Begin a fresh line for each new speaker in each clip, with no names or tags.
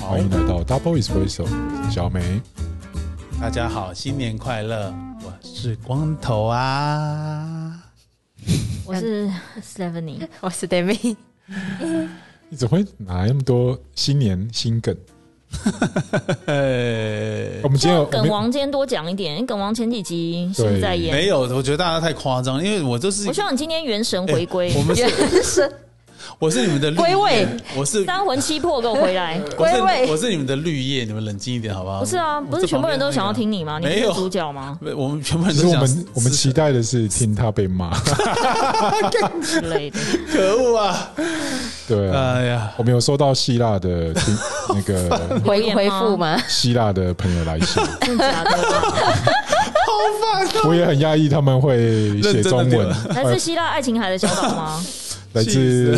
欢迎来到 Double Espresso，小梅。
大家好，新年快乐！我是光头啊，
我是 Stephanie，
我是 Demi，
你怎么会哪来那么多新年新梗？
嘿
我们今天有
梗
我们
王今天多讲一点，因为梗王前几集现在也
没有，我觉得大家太夸张，因为我就是
我希望你今天元神回归，
我们 是
是
我是你们的绿
归位，
我是
三魂七魄给我回来。
我是
归位
我是你们的绿叶，你们冷静一点好不好？
不是啊，不是全部人都想要听你吗？你不
没
是
有
主角吗？
我们全部人
其
都
实我
想
们我们期待的是听他被骂，
之类的。
可恶啊！
对啊，
哎呀，
我们有收到希腊的听那 个
留
回
言
回
吗
复吗？
希腊的朋友来 信，
真的假的？
我也很讶异他们会写中
认真
文呃
的，
来自希腊爱琴海的小岛吗？
来自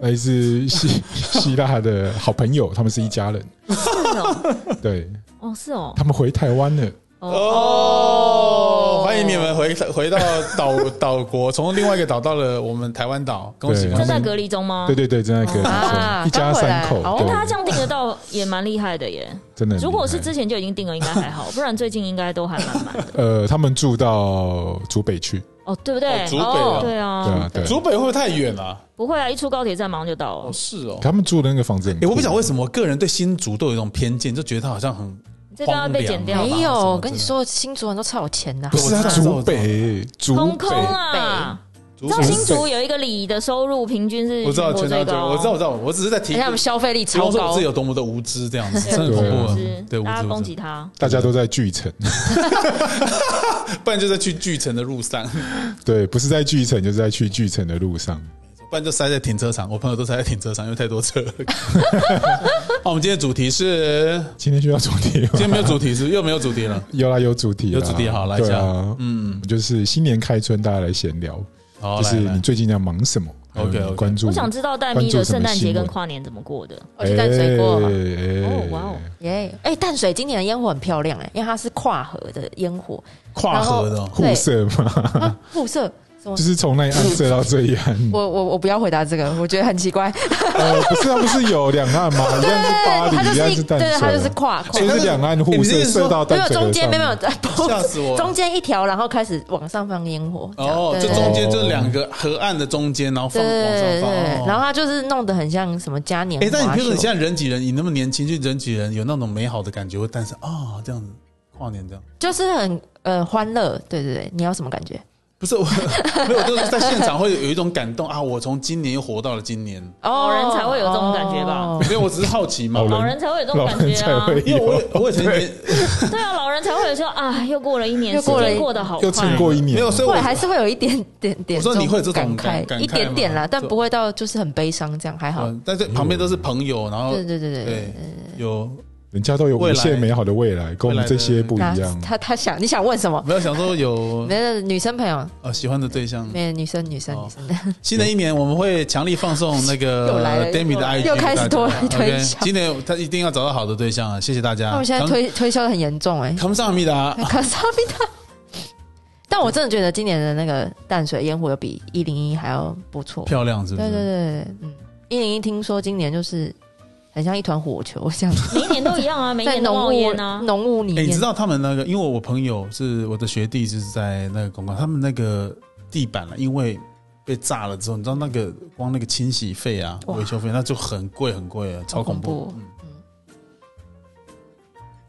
来自 希希腊的好朋友，他们是一家人，
是哦，
对
哦是哦，
他们回台湾了，
哦哦，欢迎你们回回到岛岛国，从另外一个岛到了我们台湾岛，恭喜
对
恭
正
喜！
在隔离中吗？
对对对，正在隔离
啊
中，一家三口，
刚回来哦
哎，
对
他这样订得到也蛮厉害的耶。
真的很厉害。
如果是之前就已经订了，应该还好，不然最近应该都还蛮满的。
呃，他们住到竹北去，
哦，对不对
哦？竹北啊
对啊，
对啊，对啊，
竹北会不会太远了、
不会啊，一出高铁站马上就到了
哦，。是哦。
他们住的那个房子很
哎、
酷，
我不晓得为什么，我个人对新竹都有一种偏见，就觉得它好像很
这段要被剪掉
荒
吧
凉
没
什么
有，
之
跟你
类
说，新主人都超有钱的
不，是
我
他
知道
竹北，竹
空
北
空啊！
竹
知道
北
新竹有一个里的收入平均是
我知道
全国
全台
最
最
高，
我知道我知道，我只是在提
哎而且他们消费力
提供
超
说我
高
自己。有多么的无知这样子，真的很
对
恐怖
无
啊
是。
对，无
大
知
家
无
攻
知
击，他。
大家都在巨城，
不然就在去巨城的路上，
对，不是在巨城，就是在去巨城的路上。
不然就塞在停车场。我朋友都塞在停车场，因为太多车了。 好，我们今天的主题是，
今天需要主题吗
今？天没有主题是不是又没有主题了。
有啦，有主题啦，
有主题好来
对啊
讲，
嗯，就是新年开春，大家来闲聊，
好，
就
来
是你
来，
最近在忙什么
OK，OK
还有你关注，
我想知道戴咪的圣诞节跟跨年怎么过的。
我去淡水过，
哎
哦
哦，哇哦，
耶！哎，淡水今年的烟火很漂亮哎，因为它是跨河的烟火，
跨河的哦，
互射嘛，
啊互射什么
就？是从那一岸射到这一岸。
我我我不要回答这个，我觉得很 奇怪。
呃，不是，它不是有两岸吗？一岸是巴
它
黎，
就
一
是
岸
一
是淡
对，
水，
它就是跨跨
所以是两岸互
欸你
射
是说
射到
没
淡
有
水河
中间
上
没有，没有
吓死我了
中间一条，然后开始往上放烟火。这样
哦，
对
就
对
中间就是两个河岸的中间，然后放
对
往
对
上
对
放。
对
哦，
然后它就是弄得很像什么嘉年
哎、但你
华
比如说
秀
你现在人挤人，你那么年轻去人挤人，有那种美好的感觉，会但是啊、这样子跨年这样，
就是很呃欢乐，对对对，你要什么感觉？
不是我 没有，我就是在现场会有一种感动啊！我从今年又活到了今年，
老哦人才会有这种感觉吧
哦
没有，我只是好奇嘛
老。人
老人才会有这种
老
感
人
觉
才
啊
会，
因为我也我也曾经呃
对
对啊，老人才会有说啊，又过了一年，
又
时
过了
间过得好
又
快啊
撑。 过一年，
没有，所以我
会还是会有一点点点
我说
这种
你会有这种
感
感感慨
一点点
吗
啦，但
就
不会到就是很悲伤这样，还好。
嗯但是旁边都是朋友，然后
对对对对对，
有
人家都有无
未来
限美好的未来，跟我们这些不一
那
样。
他他想你想问什么？
没有想说有
没有女生朋友，
呃喜欢的对象。
没有女生女生
嗯哦
女生的，
新的一年我们会强力放送那
又来
个
了
Demi 的 IG，
又开
大
始
家
推推
OK，
销
今年他一定要找到好的对象啊！谢谢大家。
他们现在推推销的很严 重哎，
康萨米达，
可是他。但我真的觉得今年的那个淡水烟火有比一零一还要不错，
漂亮是不
对
是？
对对，对嗯，一零一听说今年就是很像一团火球这样，
每一年都一样啊，每一
在
年都
浓
冒
雾
烟啊。
浓雾里
哎、
面，
你知道他们那个？因为我朋友是我的学弟，就是在那个公告，他们那个地板了，因为被炸了之后，你知道那个光那个清洗费啊、
哇
维修费，那就很贵很贵啊，超
好
恐
恐
怖。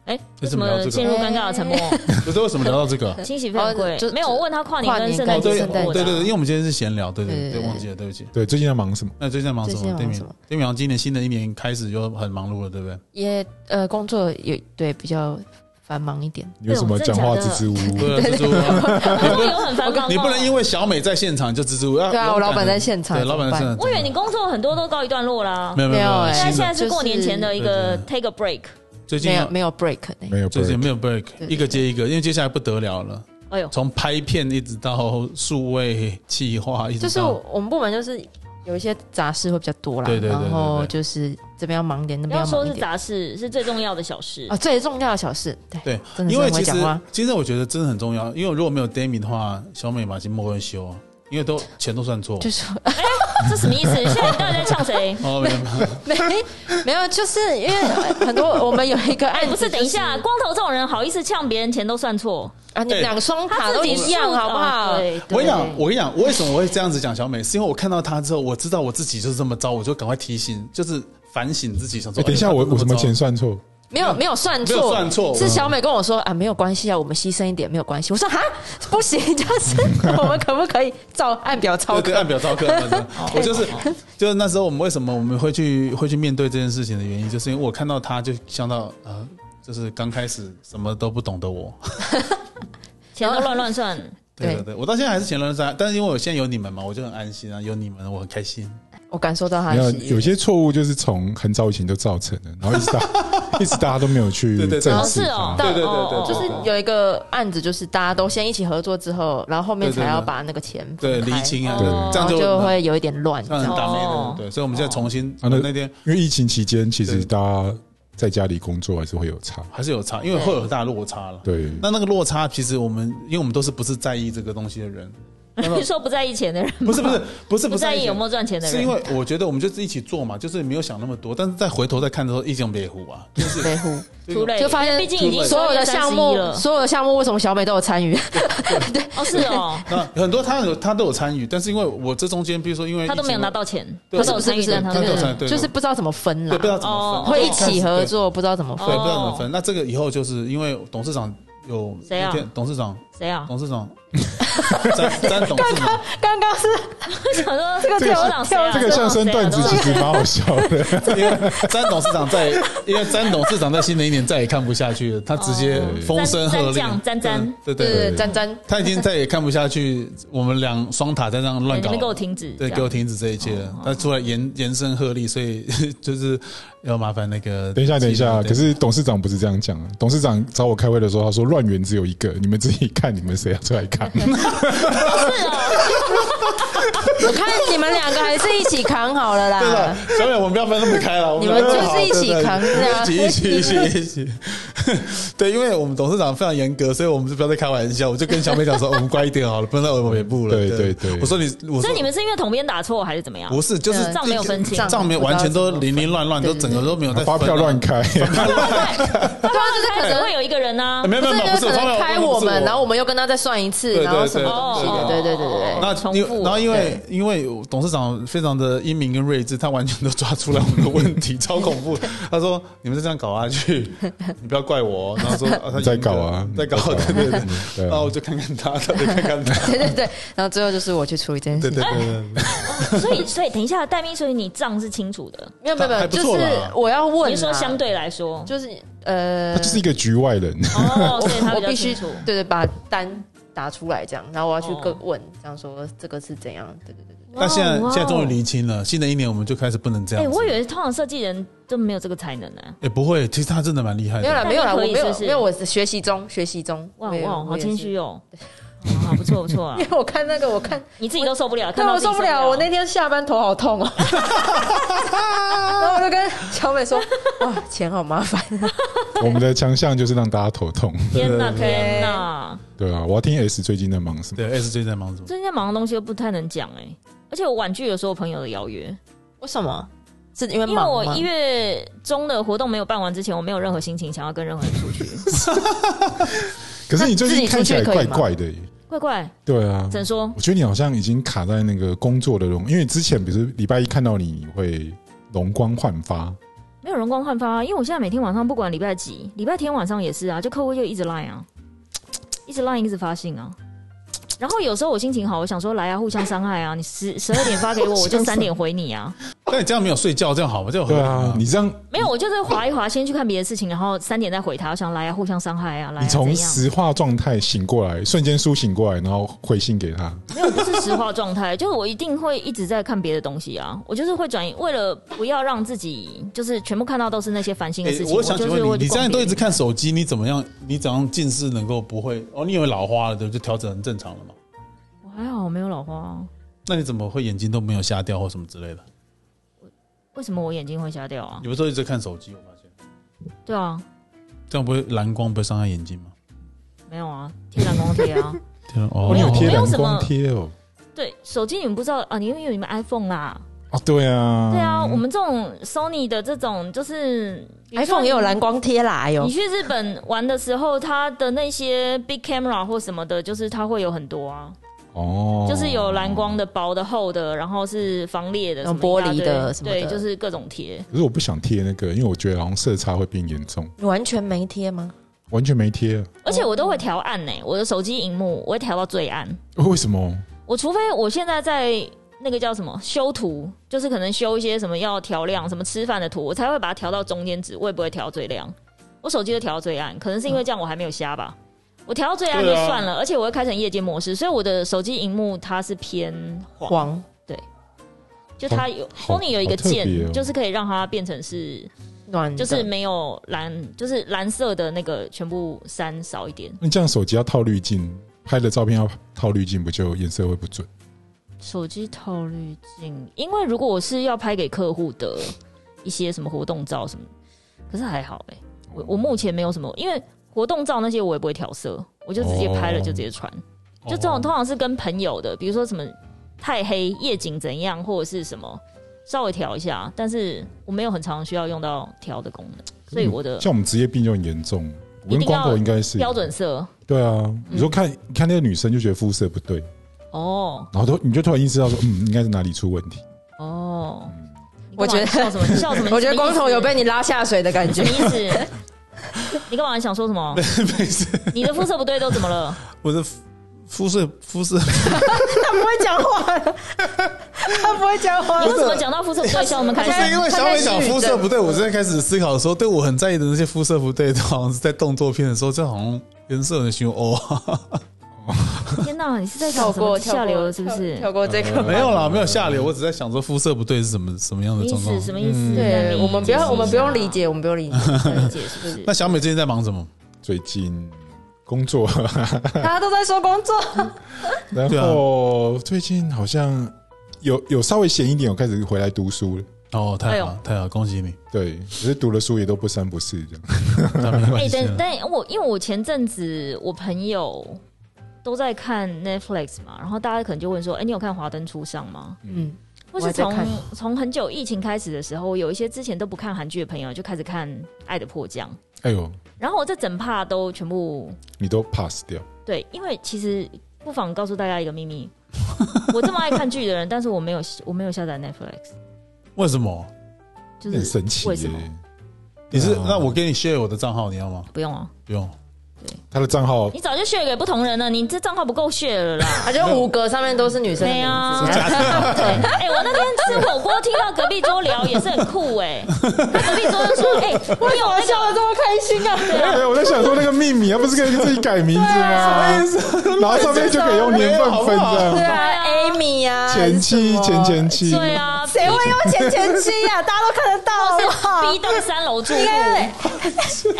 哎，
为
为
什
什
么聊这
么
个
陷入尴尬的沉默？？
不知道为什么聊到这个、啊
清洗费很贵
哦就，
没有我问他跨年跟 圣
那
诞
哦，
就
对，
节怎
圣诞
么
对
节
过的
对
啊。
对，因为我们今天是闲聊，对对
对
对，
对
忘记了，对不起。
对，最近在忙什么？
那最近在忙什么
最近？在
对
忙
米
什么，
对米，好像今年新的一年开始就很忙碌了， 对不对？
也呃工作也对比较繁忙一点，
你为什么讲话支支吾吾？
对啊，蜘蛛 啊，
工作有很繁忙吗，
你不能因为小美在现场就蜘蛛啊
对啊
勇敢
我老板在现场
对，老板在现场。
我以为你工作很多都告一段落啦。
没有没有
没有
没有，
哎
现在
新
现
的
在是过年前的一个 take a break。
最近
没
要
有没有 break 呢，
没有，
最近
break
没有 break，
对
一个接一个，因为接下来不得了了，
哎呦，
从拍片一直到数位企划，一直
就是
到
我们部门就是有一些杂事会比较多啦，
对对对对
然后
对
就是这边要忙一点，那
不
边
要说
忙
是
一点
杂事，是最重要的小事
啊，。最重要的小事，对，
对，
真的
因为
是很会
其
讲
实
话，
其实我觉得真的很重要，因为如果没有 Demi 的话，小美把金莫会修，因为都全都算错。
就是
这什么意思？现在你到底在呛谁？
哦，没有没有，
没没有，就是因为很多我们有一个案
哎，
子、
不是，等一下，
就是
光头这种人好意思呛别人钱都算错，
啊，你们两个双
他
卡
自
都
己
一样，
数
好不好？
哦对，
我跟你
对
讲，我跟你讲，我为什么我会这样子讲小美，是因为我看到她之后，我知道我自己就是这么糟，我就赶快提醒，就是反省自己，想说，
哎等一下，
哎
我我什么？
糟
钱算错？
没有没有算错，
没有算错
是小美跟我说啊，没有关系啊，我们牺牲一点没有关系。我说哈，不行，就是我们可不可以照按表 操
对
课
对，？按表照课。按表照课我就是就是那时候我们为什么我们会去会去面对这件事情的原因，就是因为我看到他就想到呃，就是刚开始什么都不懂的我。
钱都乱乱算，
对对
对
对，我到现在还是前轮在，但是因为我现在有你们嘛，我就很安心啊，有你们我很开心。
我感受到他
哎
没有
的，喜
有
悦。
些错误就是从很早以前就造成的，然后一直到 一直大家都没有去
对对对
正
哦，
视
是
它
哦，
对啊
对对
哦
对
哦
对
就是有一个案子，就是大家都先一起合作之后，然后后面
对对
才要
对
把那个钱
对，
分开
厘清啊，
对
这
然
样
后
就
就会有一点乱。
这样很倒霉
哦
的。对，所以我们现在重新
啊那
那天
因为疫情期间，其实
对
大家在家里工作还是会有差。
还是有差，因为会有很大的落差了。
对，
那那个落差，其实我们因为我们都是不是在意这个东西的人，
你说不在意钱的人，
不是不是不是
不在意有没
有。
有赚钱的人，
是因为我觉得我们就是一起做嘛，就是没有想那么多，但是再回头再看的时候，一种猎虎 啊，就是
对户
除了
就发现
毕竟已经
所有的项目
1231，了，
所有的项目为什么小美都有参与？
哦是哦，
那很多他有他都有参与，但是因为我这中间，比如说因为
他都没有拿
到，
到钱，
对
他都有参与，
不是
但
不
他
是
他
没
都
有
有参与，对，
就是不知道怎么分
对
啦
不知，道怎么
哦
分，
会一起合
对
作，不知道怎么分。
对，
哦
不知道怎么分。那这个以后就是因为董事长有
谁啊
有一天董事长，
谁啊？
董事长， 詹詹董事 长，
刚刚是
想说
这个
董事
跳
长谁啊？
这个相声段子
董事
其
长谁啊
实蛮好笑的。
因为詹董事长在，因为詹董事长在新的一年再也看不下去了，他直接风声鹤唳
哦哦，詹詹将
对对对，
对詹詹
他已经再也看不下去，我们俩双塔在这样
对
乱
哎你
搞
们，给我停止，
对，
这样
给我停止这一切
哦
了。他出来延延伸鹤唳，所以 就是要麻烦那个，
等一下，等一下，
对
可是董事长不是这样讲啊。董事长找我开会的时候，他说乱源只有一个，你们自己看，你们谁要出来 看？
是哦，
我看你们两个还是一起扛好了
对啊了
啦。，
小美，我们不要分那么开 了，我
啊你们
两个
就是一起扛
对
的啊
对对一起一起一起一起。 对，因为我们董事长非常严格，所以我们就不要再开玩笑。我就跟小美讲说，我们乖一点好了，不能再违违步了。
对对对
我说你，我
所
说
以你们是因为统编打错还是怎么样？
不是，就是
呃
账没有分清，
账没有完全都零零乱乱，都整个都没有在
发票
分啊
乱。 开，
对啊，就是可
只
能
会有一个人啊
哎，没有没有没有，
有
不是
可
发票
能开我们，然后我们又跟他再算一次，
对
然后什么
对
东西的，
哦
对对对对对。
那
重
因
复
然后因为因为董事长非常的英明跟睿智，他完全都抓出来我们的问 题，超恐怖。他说：“你们再这样搞下啊去，你不要怪我哦。”然后说：“啊、他
你在
严格
搞啊
在搞，
你在搞啊
对对对。
对啊
然后我就看看他，他就看看 他，
对对对，然后最后就是我去处理这件
对
事
对
情，
对 对。
所以所以等一下，戴咪，所以你账是清楚的，
没有没有没有，
还不
就
错
是
啦
我要问
你
啊，
是说相对 来说，
就是呃
他，就是一个局外 人。
哦，所以他
我
比较
必须
清楚。
对对把单打出来这样，然后我要去各
哦
问，这样说这个是怎样，对对对对，
但现在
哇哦
现在终于厘清了，新的一年我们就开始不能这样
哎，
子。
我以为通常设计人都没有这个才能呢。
也不会，其实他真的蛮厉害
没有
的。
啦没有啦，
但
我
是可以
没有
是不是
没有，我是学习中学习中，
哇
没有
哇，好谦，虚
我
哦。哦好不错不错啊
也是，因为我看那个我看
你自己都受不了，
对
看到
我
自己
受不了，我那天下班头好痛 哦。然后我就跟小美说：“哇，钱好麻烦。
我们的强项就是让大家头痛，
天哪
对
对
天哪，
对啊，我要听 S 最近在忙什么？
对，S J 在忙什么？
最近在忙的东西又不太能讲哎，而且我婉拒有时候朋友的邀约，”
为什么？是因为
因为
忙
我
吗
一？月中的活动没有办完之前，我没有任何心情想要跟任何人出去，
可是你最近看起来怪怪的耶，
怪怪，
对啊。
怎说？
我觉得你好像已经卡在那个工作的容，因为之前比如说礼拜一看到你，你会容光焕发，
没有容光焕发、啊，因为我现在每天晚上不管礼拜几，礼拜天晚上也是啊，就客户就一直 line 啊，一直 line 一直发信啊。然后有时候我心情好，我想说来啊，互相伤害啊，你十十二点 发给我，我就三点回你啊。
但你这样没有睡觉，这样好吗？这样合
对
理
啊
吗，？
你这样
没有，我就是划一划，先去看别的事情，然后三点再回他，我想来啊，互相伤害啊，来
你
啊
从
怎样？
石化状态醒过来，瞬间苏醒过来，然后回信给他，
没有，不是实话状态，就是我一定会一直在看别的东西啊，我就是会转移，为了不要让自己就是全部看到都是那些烦心的
诶
事情，
我想请
就是
问
会
你，
去
你现在
逛
都
别嗯
一直
的
看手机，你怎么样？你怎样近视能够不会？哦，你以为老花了，对不对，就调整很正常了嘛？
我还好，我没有老花、啊，
那你怎么会眼睛都没有瞎掉或什么之类的？
为什么我眼睛会瞎掉啊
你？不是说一直看手机？我发现
对啊，
这样不会蓝光不会伤害眼睛吗？
没有啊，贴蓝光贴啊，
天啊哦
我
没有
有贴
没有
蓝
什么
光贴哦，
对，手机你们不知道啊，你因为你们 iPhone 啦，
啊，对啊，
嗯
对啊，我们这种 Sony 的这种就是比如说
iPhone 也有
你
蓝光贴啦，哎呦
你，去日本玩的时候，它的那些 big camera 或什么的，就是它会有很多啊，
哦，
就是有蓝光的、薄的、厚的，然后是防裂的、
有
什么一大堆
玻璃的什么的
对，就是各种贴。
可是我不想贴那个，因为我觉得好像色差会变严重，
你完全没贴吗？
完全没贴。啊
而且我都会调暗呢、我的手机荧幕我会调到最暗。
为什么？
我除非我现在在那个叫什么修图，就是可能修一些什么要调亮、什么吃饭的图，我才会把它调到中间值，我也不会调最亮。我手机就调到最暗，可能是
嗯
因为这样我还没有瞎吧。我调到最暗就
对啊
算了，而且我会开成夜间模式，所以我的手机荧幕它是偏黄，
黄
就它有
好
Sony 有一个
好特别
键，
哦
就是可以让它变成是，
暖的，
就是没有蓝，就是蓝色的那个全部删少一点。
那这样手机要套滤镜，拍的照片要套滤镜，不就颜色会不准？
手机套滤镜，因为如果我是要拍给客户的一些什么活动照什么，可是还好哎、
哦
我我目前没有什么，因为活动照那些我也不会调色，我就直接拍了
哦
就直接传。
哦
就这种通常是跟朋友的，比如说什么太黑、夜景怎样，或者是什么稍微调一下，但是我没有很常需要用到调的功能，
嗯
所以我的
像我们职业病就很严重，我跟
一定要
光头应该是
标准嗯色
对啊，你说看、你看那个女生就觉得肤色不对，
哦
然后都你就突然意识到说，嗯，应该是哪里出问题。
哦，你干嘛
我觉得
笑什么？你 笑什么？
我觉得光头有被
你
你拉下水的感觉
什么。意思？ 你干嘛？你想说什 么？
没事，
你的肤色不对都怎么了？
我的肤肤色肤色
他不会讲话了，他不会讲话
你为什么讲到肤色不对笑那么开
他
是
现在
心？
因为小美讲肤色不对，我真的开始思考说，对我很在意的那些肤色不对，都 好像是在动作片的时候，这好像颜色很凶哦。
天哪，你是在
跳
讲什么
过
下流是不是？
跳过这个吧
呃没有啦，没有下流，我只在想说肤色不对是什么什么样
什么
的
意
状况
思？。什么意思？
对
那你
我们不
解
要，
释
我们不用
一下
理，解，我们不用 理解。
不 用理解是不是？
那小美最近在忙什么？
最近工作，
大家都在说工作，
然后最近好像有有稍微闲一点，我开始回来读书了。
哦，
哎
太
呦
好太好，恭喜你！
对，只是读了书也都不三不四这样。
那没
哎、
关系
但
啊。
但我因为我前阵子我朋友都在看 Netflix 嘛，然后大家可能就问说：“哎、你有看《华灯初上》吗
嗯，？”我
或是
还在
从
看
从很久疫情开始的时候，有一些之前都不看韩剧的朋友就开始看《爱的迫降》，
哎呦，
然后我这整帕都全部
你都 pass 掉，
对，因为其实不妨告诉大家一个秘密，我这么爱看剧的人， 但是我没有我没有下载 Netflix，
为什么？
就
很
是
神奇
嗯为
耶
什么！
你是
对啊
那我给你 share 我的账号，你要吗？
不用啊，
不用，
他的账号
你早就 share 给不同人了，你这账号不够 share 了啦。
他就五格上面都是女生的名
对呀，
字，
对，哎、我那天吃火锅听到隔壁桌聊也是很酷哎、他隔壁桌就说，哎、你有那
笑
个
得这么开心啊！
哎，我在想说那个秘密，他不是可以自己改名字吗？
啊
然后上面就可以用年份分这
对
样，
啊，Amy 呀，
前妻、
还是什
前
么
前妻，
对啊，
谁会用前前妻呀？大家都看得到，好不
是
好
B 栋三楼住户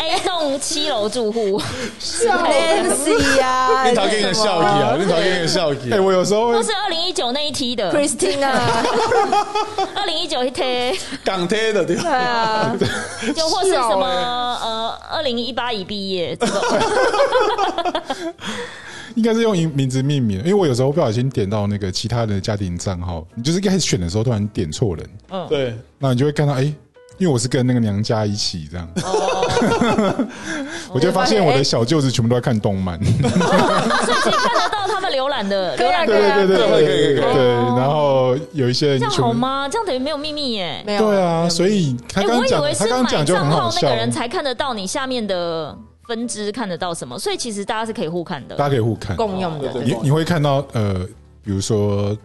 ，A 栋七楼住户，
？Nancy 呀，
你讨给你的笑意啊，你讨给你的笑意
哎，。我有时候会
都是二零一九那一梯的，
Christine 啊，
二零一九一梯。
港贴的对吧？
对啊，
就或是什么呃，二零一八已毕业这种，
应该是用名字命名，因为我有时候不小心点到那个其他的家庭账号，你就是一开始选的时候突然点错人，
嗯，
对，
那你就会看到哎、因为我是跟那个娘家一起这样，
哦
我就发现我的小舅子全部都在看动 漫，
所以可以看得到他们浏览的
可
浏
以啊
览
对
对
的，
对对对
可以可以
对
可以
对，然后有一些人
哦这
就
样
全
好
部
吗？这样等于没有秘哎密耶。
没有
对啊，所以他
哎，
刚
我
刚
以
讲
为，
他
是
刚刚
买
讲就
账
很好
号那
笑
个，人才看得到你下面的分支看得到什么，所以其实大家是可以互看的
大。家可以互看，
共用的，
你你会看到呃，比如说，因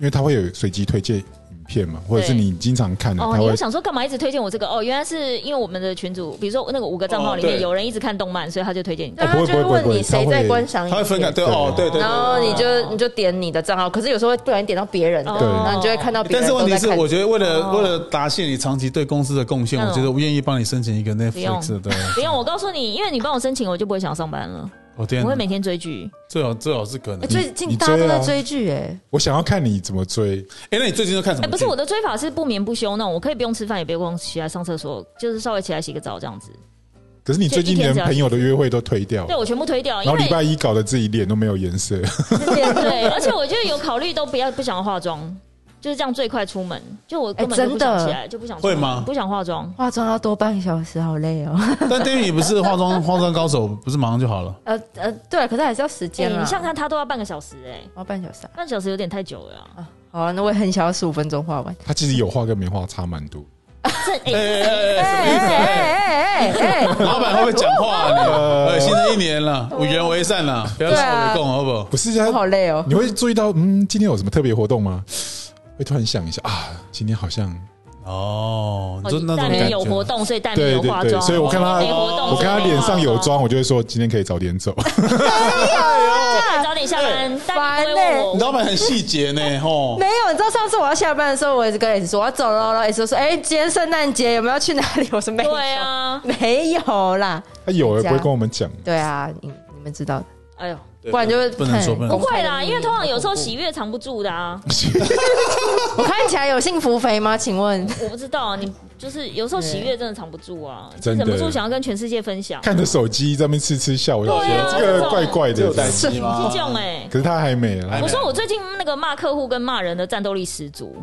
为他会有随机推荐影片嘛，或者是
对
你经常看的，
哦，
他
你
会
会想说干嘛一直推荐我这个？哦，原来是因为我们的群主，比如说那个五个账号里
哦
面
对
有人一直看动漫，所以他就推荐你。
对啊
哦不会
就会
不会
问
不会
你谁
他
在
会
观赏影
他
片，
会分开，对哦，对对。对
然后你就你就点你的账号，可是有时候会不小心点到别人的，
对
然后你就会看到别
但
人
是
都
问
在
题
看。
是，我觉得为了为了答谢你长期对公司的贡献，
哦嗯
我觉得我愿意帮你申请一个
用
Netflix 的。
不用，我告诉你，因为你帮我申请，我就不会想上班了，
我天
我，会每天追剧。
最好最好是可能
哎。最近
你
大家
追
都
啊
在追剧，哎，
我想要看你怎么追，
哎，那你最近都看什
哎、
么剧？
不是我的追法是不眠不休那种，我可以不用吃饭，也不用起来上厕所，就是稍微起来洗个澡这样子。
可是你最近
就一天
连
只要
朋友的约会都推掉
对，我全部推掉，
然
哦因
后
为
礼拜一搞得自己脸都没有颜色。
对，而且我就有考虑都不要不想化妆，就是这样最快出门。就我根本就不想起来，就不想出门
会吗
不想化妆，
化妆要多半个小时，好累哦。
但 d a 也不是化妆化妆高手，不是马上就好了。
呃呃，对，可是还是要时
哎、
间啦。
你像看他都要半个小时、哎，
我要半小时啊。
半小时有点太久了啊、
啊好啊，那我也很想要十五分钟画完。
他其实有画跟没画差蛮多。
这哎、
哎哎哎哎哎！
老板会不会讲话、啊你？呃，
呃，
新的一年了，与人为善了，不要
对
吵
啊
为共，好不好？
不是
我好
他，
累哦。
你会注意到，嗯，今天有什么特别活动吗？会突然想一下啊，今天好像
哦，你
哦
说那
戴
种
明
感
有活
觉，
动，所以戴明
对
有
对
化
对，
妆，哦
所以我看他，
没活动，
我看他脸上有
妆，
妆，我就会说今天可以早点走。
早点下班，戴
烦
明都会问
欸
我
你老板很细节呢，吼
没。有，你知道上次我要下班的时候，我也是跟 S 说我要走了，然后 S 说：“哎、今天圣诞节有没有要去哪里？”我说：“没有，
对啊，
没有啦。
他有也
回家
不会跟我们讲。”
对啊，你你们知道的，
哎呦，
对
不然就会
不能说不能
不
说。
会啦，因为通常有时候喜悦藏不住 的啊，
我看起来有幸福肥吗？请问，
我不知道啊，你就是有时候喜悦真的藏不住啊，
真的
忍不住想要跟全世界分享，
看着手机在那边吃吃笑，我就觉得这个怪怪
这
的
有。代机吗
啊这？种哎。
可是他还没啊啦
还，没
我说我最近那个骂客户跟骂人的战斗力十足，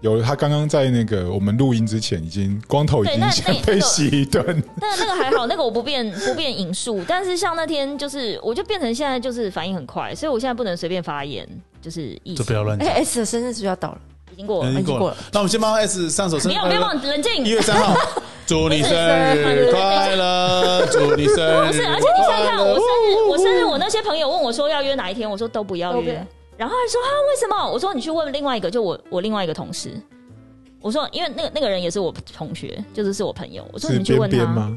有他刚刚在那个我们录音之前，已经光头已
对那
经
那
先被洗一 顿。
但那个还好，那个我不便 不便引述。但是像那天就是，我就变成现在就是反应很快，所以我现在不能随便发言，就是意
就不要乱
哎、
讲。
s 的生日是不是要到了？
已经过了
嗯
已，经过了，那我们先帮 S 上手。
不要不要忘冷静
一。月三号，祝你生日快乐，祝你生
不
日
是，而且你想
快
哦
想看，我
乐
生。日，我生日，我那些朋友问我说要约哪一天，我说都不要
哦
都不
约
要。
然后他说啊，为什么？我说你去问另外一个，就我我另外一个同事。我说，因为那个那个人也是我同学，就是是我朋友。我说
是
你去
边
问
边
他，
吗？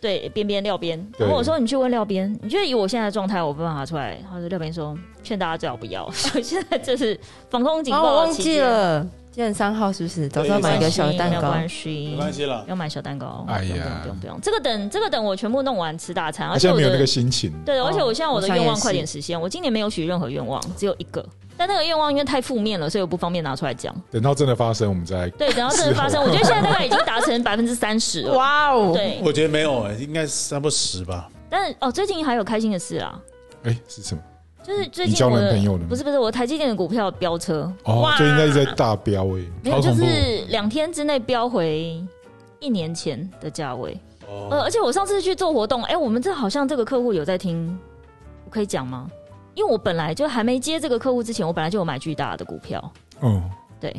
对，边边廖边。
对
然后我说你去问廖边，你觉得以我现在的状态，我没办法出来。他说廖边说，劝大家最好不要。 所以现在这是防空警
啊，我
报
忘
期
记
间，
了，今天三号是不是？早上
没关
买
系
一个小蛋
没有
糕。
关系
没，关系了
不，用买小蛋糕。
哎
哎呀
呀，
不用不用，这个等这个等我全部弄完吃大餐，
他
而且
现在
我
没有那
的
个心情。
对，
哦
而且我现在我的
好像
愿望
也是
快点实现。我今年没有许任何愿望，只有一个。但那个愿望因为太负面了，所以我不方便拿出来讲。
等到真的发生，我们再来。
对，等到真的发
哦
生，我觉得现在大概已经达成百分之三十 了。
哇哦！
对，
我觉得没有哎，应该是差不多十吧。
但是哦，最近还有开心的事啊，
哎，是什么？
就是最
你
近
交
我
男
的
朋友了吗
不是不是，我台积电的股票飙车，
哦，最近在在大飙哎，
没有，
好
就
恐怖
是两天之内飙回一年前的价位。呃，
哦，
而且我上次去做活动，哎、我们这好像这个客户有在听，我可以讲吗？因为我本来就还没接这个客户之前，我本来就有买巨大的股票，
嗯，
对。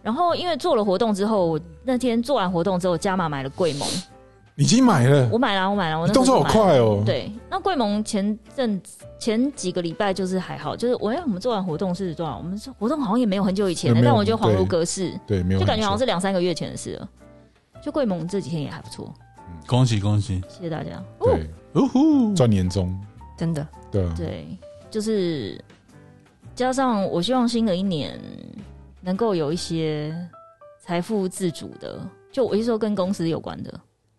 然后因为做了活动之后，我那天做完活动之后，加码买了桂盟，
已经买了
我，买了，我买了，我
你
那时
动
候
作好
就买了。
快哦。
对，那桂盟前阵子前几个礼拜就是还好，就是我哎，我们做完活动是多少？我们是活动好像也没有很久以前的，
没有
但我觉得恍如
对
隔世，
对，没有很久，
就感觉好像是两三个月前的事了。就桂盟这几天也还不错，
恭喜恭喜！
谢谢大家。哦，
对
呜呼，
赚年终，
真的，
对啊，
对，就是加上我希望新的一年能够有一些财富自主的，就我是说跟公司有关的。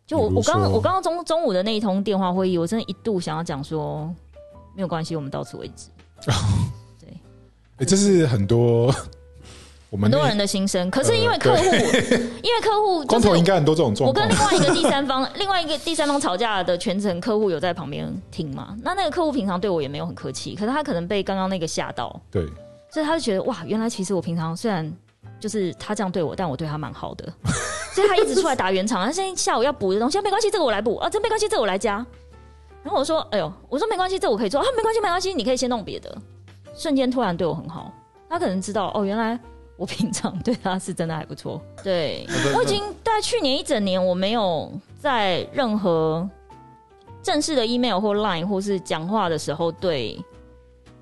就我
比
我
如
刚
说
我刚刚中中午的那一通电话会议，我真的一度想要讲说，没有关系，我们到此为止。
哎，这是很多 我们
很
那
多人的心声，可是因为
呃
客户， 因为客户就
光头应
是
该很多这种状
我跟
况
另。外一个第三方， 另外一个第三方吵架的全程客户有在旁边听嘛？那那个客户平常对我也没有很客气，可是他可能被刚刚那个吓到，
对，
所以他就觉得哇，原来其实我平常虽然就是他这样对我，但我对他蛮好的， 所以他一直出来打圆场。他现在下午要补的东西，啊没关系，这个我来补啊，这没关系，这个我来加。然后我说，哎呦，我说没关系，这我可以做啊，没关系，没关系，你可以先弄别的。瞬间突然对我很好，他可能知道哦，原来我平常对他是真的还不错。对 我已经在去年一整年，我没有在任何正式的 email 或 line 或是讲话的时候对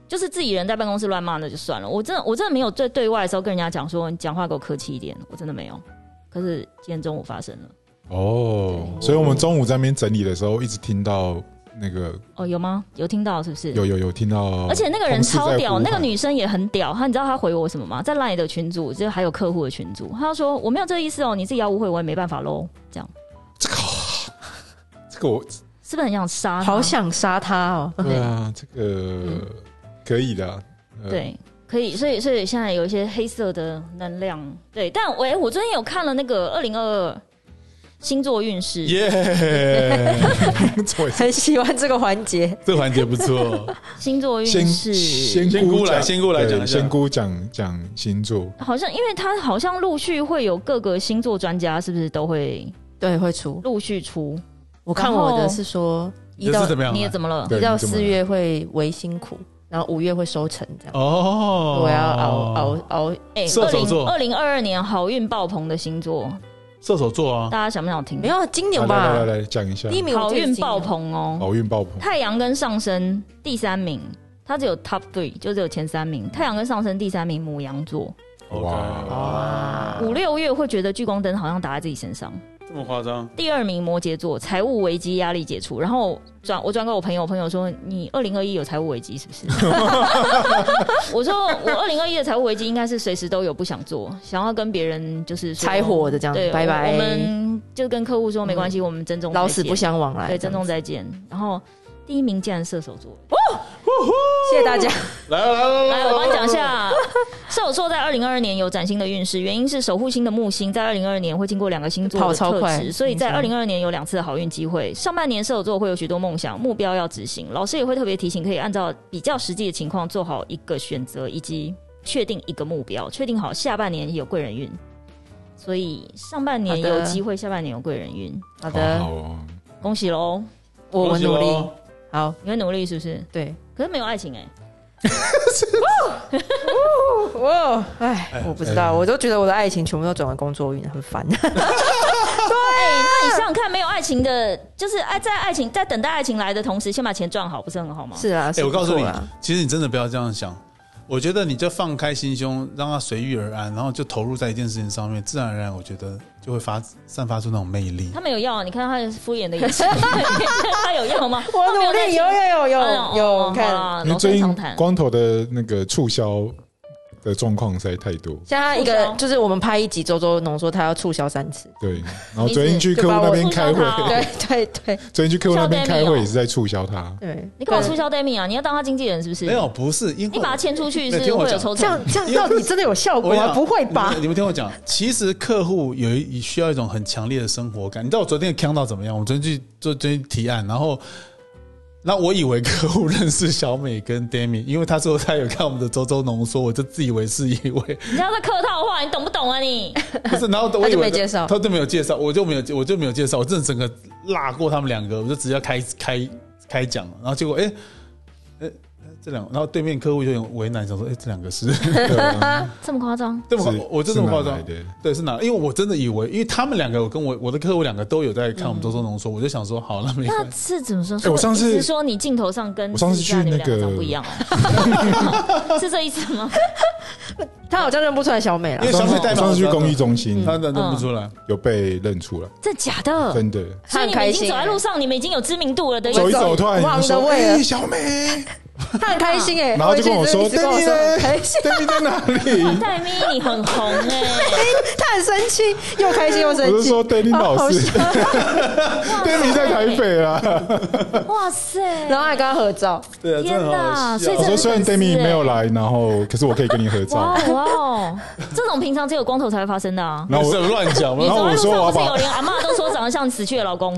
就是自己人在办公室乱骂那就算了，我真的我真的没有对对外的时候跟人家讲说你讲话给我客气一点，我真的没有。可是今天中午发生了，
哦，所以我们中午在那边整理的时候，一直听到那个
哦，有吗？有听到是不是？
有有有听到，
而且那个人
同
超屌，
事在呼喊
那个女生也很屌。她你知道她回我什么吗？在 LINE 的群组，就还有客户的群组，她说我没有这个意思哦，你自己要误会我也没办法喽。这样
这个好，这个我
是不是很想杀她？
好想杀他哦！
嗯
对啊，这个可以的啊，
嗯
呃，
对，可以，所以所以现在有一些黑色的能量，对，但我、诶我最近有看了那个二零二二星座运势。
耶，
错一次
很喜欢这个环节。
这环节不错。
星座运
先
势
先
仙姑来
讲
仙姑来
对
讲一下
仙姑讲讲星座，
好像，因为它好像陆续会有各个星座专家，是不是都会
对，会出。
陆续出？
我看我的是说
你
一
这
到
是怎么样？
你也怎么了？
对
一到
你怎么
四月会为辛苦，然后五月会收成这样。
哦，
我要熬熬熬，
哎，
射
二
手
零
座
二零二二年好运爆棚的星座，
射手座啊
大，家想不想听
没？有今年
来来来来
吧？
来讲一下
第一名我
好
记得是今
运
年
爆，棚哦！
好运爆棚，
太阳跟上升第三名，它只有 top three，就只有前三名。太阳跟上升第三名，母羊座
哇
OK，
哇！
五六月会觉得聚光灯好像打在自己身上。
这么夸张？
第二名摩羯座，财务危机压力解除。然后转我转给我朋友，我朋友说你二零二一有财务危机是不是？ 我说我二零二一的财务危机应该是随时都有，不想做，想要跟别人就是说
拆伙的这样
对，
拜拜嗯
我我们就跟客户说没关系，我们珍重再见，
老死不相往来。
对，珍
这样
重
子
再见。然后第一名竟然是射手座，
谢谢大家。
来来来
来，我帮你讲一下，射手座在二零二二年有崭新的运势，原因是守护星的木星在二零二二年会经过两个星座
跑
的
超
特
快
质，所以在
嗯
二零二二年有两次的好运机会。上半年射手座会有许多梦想、目标要执行，老师也会特别提醒，可以按照比较实际的情况做好一个选择，以及确定一个目标，确定好下半年也有贵人运。所以上半年
好的
有机会，下半年有贵人运，
好
好
的，
哦，
恭喜喽！
我我努力。
力。
好，
你会努力是不是？
对。
可是没有爱情哎、
哇，哎，我不知道，我都觉得我的爱情全部都转为工作运，很烦。
那你想想看，没有爱情的，就是爱在爱情在等待爱情来的同时，先把钱赚好，不是很好吗？
是啊，
哎，
是
我告诉
不
你
错啦，
其实你真的不要这样想。我觉得你就放开心胸，让它随遇而安，然后就投入在一件事情上面，自然而然，我觉得就会发散发出那种魅力
他。没有要，你看他敷衍的眼神，他有要吗？
我努力，有有有有有，看，
看
因为
啊老
最
生常
近
谈。
光头的那个促销的状况实在太多，
像他一
促
个
销
就是我们拍一集周周浓缩，他要促销三次。
对，然后昨天去
就
客户
把我
那边开
促销他哦
会，
对对对
昨天去客户那边开
促销
会
Demi 哦
也是在促销他，
对，
你干嘛促销 Demi 啊？你要当他经纪人是不是？
没，有，不是，因为
你把他牵出去是
没有听我
会有
讲
抽
这
成
样。这样到底真的有效果
我
吗？
要
不会吧
你？们你们听我讲，其实客户有一需要一种很强烈的生活感。你知道我昨天看到怎么样？我昨天去做昨天提案，然后那我以为客户认识小美跟 Demi，因为他说他有看我们的周周浓缩，我就自以为是一位，
你这样在客套话，你懂不懂啊你？
不是，然后我
他
以
就
为
没介绍
他就没有介绍，我就没有我就没有介绍，我真的整个辣过他们两个，我就直接开开开讲了，然后结果哎。哎这两，然后对面客户就有点为难，想说：“哎，这两个 是
对啊
这么夸张？
这么夸
是
我就这么夸
是哪
张
来，的，
对，是哪？因为我真的以为，因为他们两个，我跟我我的客户两个都有在看我们周周浓缩，我就想说，好，那没
那
关系。
是怎么说？
哎我上次
你是说你镜头上跟
我上次
私底下
去
你们
那
两个长
个
不一样哦，是这意思吗？
他好像认不出来小美了
因
嗯
为。
上
消
次
费代
我
码
上次去公益中心
他认不出来，
有被认出来，
真假
嗯
的？
真的，
所以
他
你们
很开
已
心
经走在路上，你们已经有知名度了的意思
走一走突然
忘
有
了
人说：“
喂了
哎，小美
他很开心哎、
然后就跟我说
一直跟我
Demi
说
嘞
很开心，
，Demi 在哪里
戴咪，你很红哎、
他很生气，又开心又？”生
我就
气。
说：“Demi
啊
老
好
师
笑
，Demi 在台北啊。
哇塞！
然后还跟他合照，
对啊，真
天
的很好
哪所以
我
笑
这
说：“虽然
真的是
Demi
欸
没有来，然后可是我可以跟你合照
哇。哦哇哦，这种平常只有光头才会发生的啊”！
然后
是
我
乱讲
你
然
吗？
后我
走在路
说我要
上不是
把
有连阿嬷都说长得像死去的老公？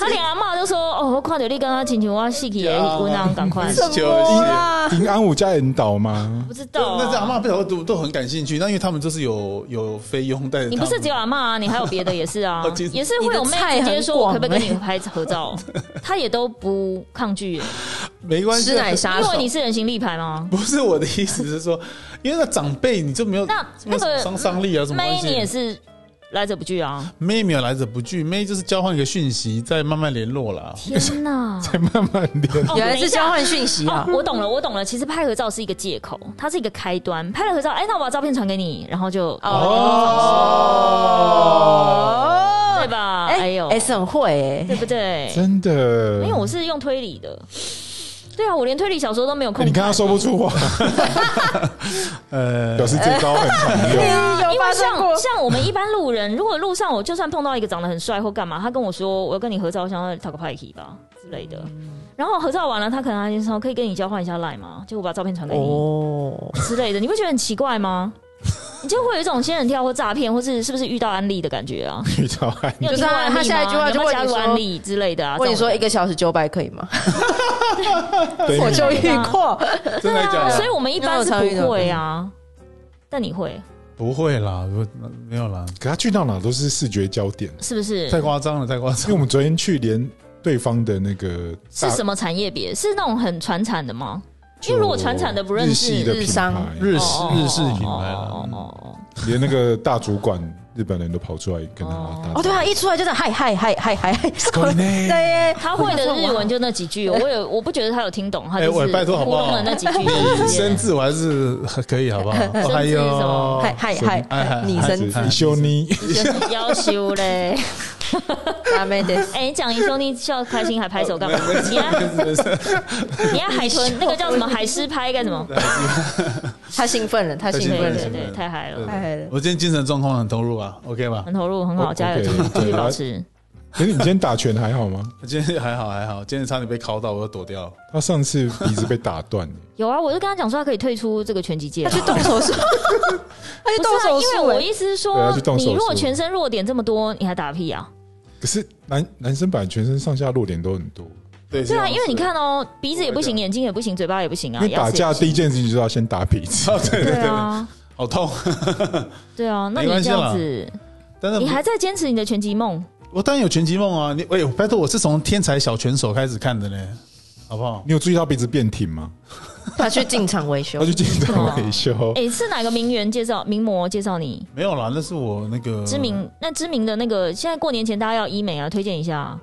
他连阿嬷都说哦，我看到你刚刚请求我细气的姑娘，赶快！
就
啊？
平安五家人岛吗
不？知道
那这阿
啊，
妈不晓得都都很感兴趣，那因为他们就是有有菲佣带着
你不是只有
样
阿嬷啊，你还有别的也是啊
哦其，实
也是会有
你的
妹
菜
直接说我可
很
不
广
可以跟你拍合照，他也都不抗拒耶，
没关系啊
吃，奶杀
因为
手
你是人形立牌吗？
不是我的意思是说， 因为那长辈你就没有
那那个
伤伤力啊，什么关
妹
系？
你也是来者不拒啊！
妹没有来者不拒，妹就是交换一个讯息，再慢慢联络 啦。
天哪！
在慢慢 练。
哦
原来
等一
是
下
交换讯息
哦
啊，！
我懂了，我懂了。其实拍合照是一个借口，它是一个开端。拍了合照，哎，那我把照片传给你，然后就哦
哦，
对吧？
哎
哎呦，
，S 很会
对不对？
真的，
因为我是用推理的。对啊，我连推理小说都没有空看。
你看他说不出话，
呃
表，示这招很常用。
哎，
因为像 像我们一般路人，如果路上我就算碰到一个长得很帅或干嘛，他跟我说我要跟你合照，我想要讨个派 y 吧之类的，然后合照完了，他可能还说可以跟你交换一下 line 吗？就我把照片传给你
哦，
之类的，你不觉得很奇怪吗？你就会有一种仙人跳或诈骗，或是是不是遇到安利的感觉啊？
遇到案
你有
就是
听过
他
安利
他下一
吗
句话
有没有
就问
加
你
入
说
安利之类的啊。
问你
这种
说
的
一个小时九百可以吗？
对
我就遇过，
真的假的？
所以我们一般是不会啊，但你会
不会啦，不没有啦，
可他去到哪都是视觉焦点，
是不是？
太夸张了，太夸
因为
张
我
了。
们昨天去连对方的那个
是什
么？
么产业别？是那种很传产的吗？因为如果传产的不认
日
识
系的
日
品
商
牌，
日
哦
式
哦
日式品
哦
牌
哦
啦，
哦哦哦
连那个大主管日本人都跑出来跟他
哦
打招呼
哦，对啊，一出来就是嗨嗨嗨嗨嗨，
Scotty
对
呢
耶，
他会的日文就那几句，我也我不觉得他有听懂，他
哎
就
喂
是
拜托好不
糊
好
弄了那几句
你
就直
生
接。
字我还是可以，好 不好？哦还
字是什
有
么
嗨嗨嗨
哎
嗨，
嗨
你
还
生
是
子
一休尼，
要修嘞！
阿妹的，
哎，你讲一兄弟笑开心还拍手干嘛？你要你要海豚那个叫什么海狮拍干什么？
太兴奋了，太
太
兴
对
兴
奋
奋
了
了
对，对，太嗨了，
太嗨了。
我今天精神状况很投入啊，OK 吧？
很投入，很好，
哦
加油
OK，，
继续
对
保持。
可是你今天打拳还好吗？
今天还好还好，今天差点被考到，我就躲掉了。
他上次鼻子被打断，欸
有啊，我就跟他讲说他可以退出这个拳击界
他
啊。
去动手术， 他去
不是
动
啊，
手
因为
术
我
哎，
意思是
对啊
说
去动，手术
你如果全身弱点这么多，你还打屁啊？
可是男男生版全身上下弱点都很多，
对，
对啊，
是
因为你看哦，鼻子也
我
不
会这
行，
样
眼睛也不行，嘴巴也不行
因
啊。
为打
牙齿也
架
不行
第一件事情就是要先打鼻子。
对对
对
对，
啊，
好痛。
对啊，那
没
你
关系
这样
啦
子，
但是
你还在坚持你的拳击梦？
我当然有拳击梦啊！你哎、拜托，我是从天才小拳手开始看的呢，好不好？
你有注意到鼻子变挺吗？
他去进场维修
他，去经常维修，，
哎，是哪个名媛介绍名模介绍你？
没有啦，那是我那个
知。名那知名的那个，现在过年前大家要医美啊，推荐一 下啊。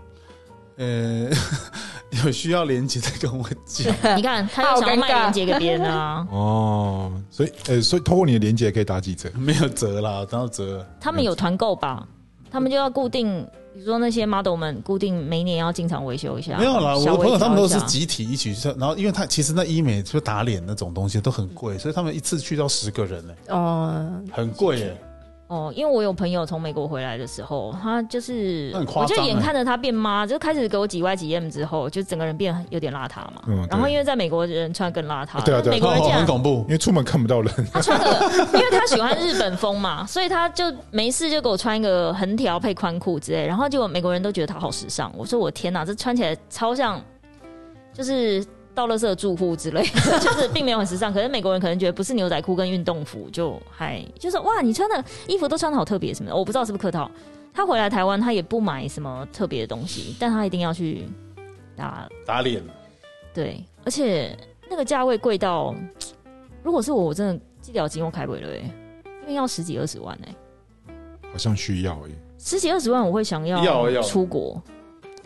呃， 有需要连接再跟我讲。
你看，他又想要卖链接给别人啊
哦，所以呃，所以通过你的连接可以打几折？
没有折啦，当然折了。
他们有团购吧？他们就要固定，比如说那些 model 们固定每年要经常维修一下。
没有啦，我
啊稍
的
微
朋友他们
调
都
一下
是集体一起去，然后因为他其实那医美就打脸那种东西都很贵，所以他们一次去到十个人呢、
哦，
很贵耶、
哦，因为我有朋友从美国回来的时候，他就是
那很夸
我就
张
眼
欸
看着他变妈，就开始给我几 Y 几 M 之后，就整个人变有点邋遢嘛。
嗯
然后
对
因为在美国人穿更邋遢，
啊对啊对啊
美国人
哦
竟然
很恐怖
因。为出门看不到人，
他啊穿个，因为他喜欢日本风嘛，所以他就没事就给我穿一个横条配宽裤之类，然后结果美国人都觉得他好时尚。我说我天哪，这穿起来超像，就是到垃圾的住户之类的， 就是并没有很时尚。可是美国人可能觉得不是牛仔裤跟运动服就还就是哇，你穿的衣服都穿的好特别什么的，我不知道是不是客套。他回来台湾，他也不买什么特别的东西，但他一定要去打
打脸，
对，而且那个价位贵到，如果是我，我真的这条筋我开不了哎、因为要十几二十万哎、
好像需要欸耶。
十几二十万我会想
要哦要
出国，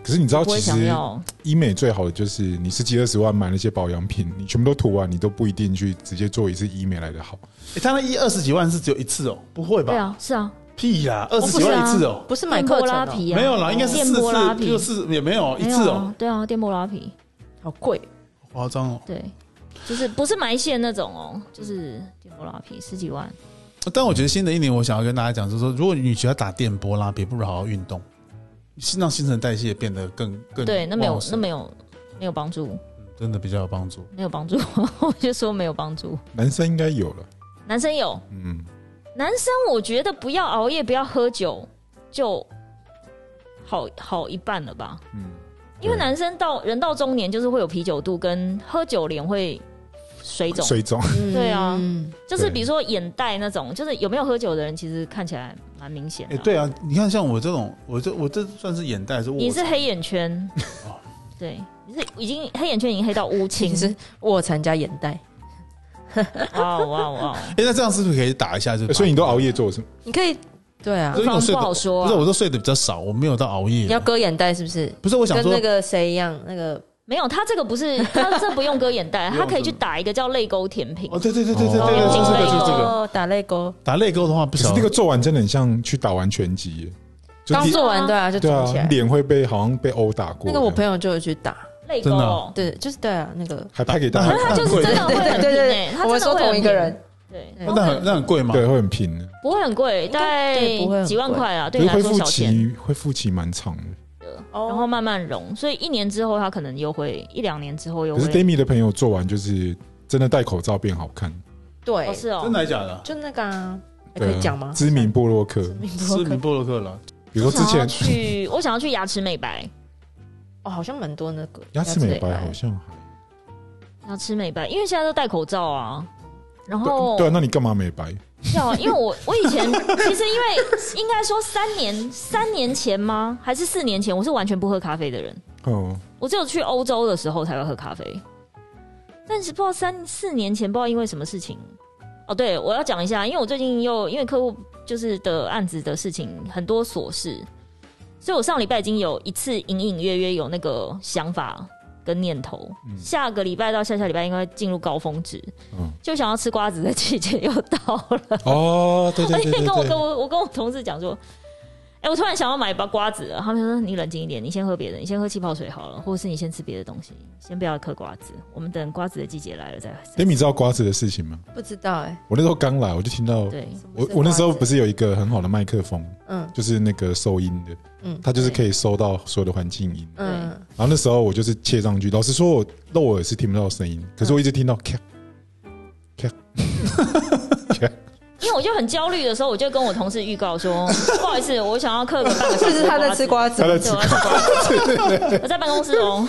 可是你知道，
我
其
会
实
想要
医美最好的就是你十几二十万买那些保养品，你全部都涂完，你都不一定去直接做一次医美来的好。
诶他那一二十几万是只有一次哦、不会吧？
对啊，是啊，
屁啦，二十几万一次哦、
不是买
电
课
波
程
拉
哦，
皮啊，
没有啦，应该是
电
四
波拉
次，
皮
就是也没有一
没有
次
啊
哦、
对啊，电波拉皮，
好贵，
夸张哦。
对，就是不是埋线那种哦，就是电波拉皮十几万，
但我觉得新的一年，我想要跟大家讲，就是说，如果你觉得打电波拉皮，不如好好运动，是让新陈代谢变得更更
对，那没有
旺盛
那没有没有帮助，
真的比较有帮助。
没有帮助， 我就说没有帮助，
男生应该有了，
男生有。
嗯，
男生我觉得不要熬夜，不要喝酒，就好好一半了吧。
嗯
因为
对
男生到人到中年，就是会有啤酒肚跟喝酒脸会水肿，
水肿。
对啊
嗯
就是
对
比如说眼袋那种，就是有没有喝酒的人，其实看起来蛮明显
哎、
的。
对啊，你看像我这种，我这我这算是眼袋还是卧
你是
蚕
黑眼圈
哦，
对，你是已经黑眼圈已经黑到乌 青
其，实卧蚕加眼袋，
哇哦哇哦哇哦！
哎、那这样是不是可以打一下就？
所以你都熬夜做什么？
你可以对啊
所，以我睡得
不好说啊
不是，我都睡得比较少，我没有到熬夜。
你要割眼袋是不是？
不是，我想
跟
说
那，个谁一样，那个
没有，他这个不是，他这不用割 眼袋，
不
他
用
可以
这
去
个
打一个叫泪沟甜品
哦，，对对对对对对
哦
对，
眼
就是
睛
这个，
泪
就是这个。
哦打泪沟，
打泪沟的话，不
可是
晓
那
得
个做完真的很像去打完拳击耶，就
刚
脸
做完对啊就
对
肿起
啊，
来。
脸会被好像被殴打过。
那个我
友
朋友就有去打，
泪沟
真的
哦
啊，
对，就是对啊，那个
还拍给大家
那 很，
啊他就是真的会很拼欸他
我们
真的
说
会很
同一个
拼
人，
对，
对
那很那很贵嘛？
对，会很平的。
不会很贵，大概
对不会很贵
几万块啊，
可
对
是
你来
恢
说
复
小钱。
期恢复期蛮长的。
哦
然后慢慢融，所以一年之后他可能又会一两年之后又
可是
会
Demi 的朋友做完就是真的戴口罩变好看，
对
哦，是哦
真，的还假的？
就那个啊可
对
以
啊
讲吗？
知名布洛克，
知名 啊播
斯
客
米布洛克了，
比如说之
想要
前
去，我想要去牙齿美白，
哦，好像蛮多那个
牙齿美白
牙
好像还
牙齿美白，因为现在都戴口罩啊。然后
对对啊，那你干嘛美白？
要，因为我我以前 其实因为应该说三年三年前吗？还是四年前？我是完全不喝咖啡的人，
哦，
我只有去欧洲的时候才会喝咖啡。但是不知道三四年前，不知道因为什么事情。哦，对，我要讲一下，因为我最近又因为客户就是的案子的事情很多琐事，所以我上礼拜已经有一次隐隐约约有那个想法跟念头，下个礼拜到下下礼拜应该进入高峰值，
嗯
就想要吃瓜子的季节又到了。
哦，对 对
我
对
那
哎
天
对
跟我
对
跟我我跟我同事讲说，哎、我突然想要买把瓜子了，他们说你冷静一点，你先喝别的，你先喝气泡水好了，或者是你先吃别的东西，先不要嗑瓜子，我们等瓜子的季节来了再。
d e m i 知道瓜子的事情吗？
不知道哎，
我那时候刚来，我就听到
对，
我我那时候不
是
是有一个很好的麦克风，
嗯
就是那个收音的，
嗯
它就是可以收到所有的环境音。
嗯
然后那时候我就是切上去，老实说，我肉耳是听不到声音，
嗯
可是我一直听到咔咔咔，
因为我就很焦虑的时候，我就跟我同事预 告说，不好意思，我想要嗑个半个小
是
时。
不是他在吃？瓜子
他？在
对，
吃
我，在吃瓜子。我在办公室哦，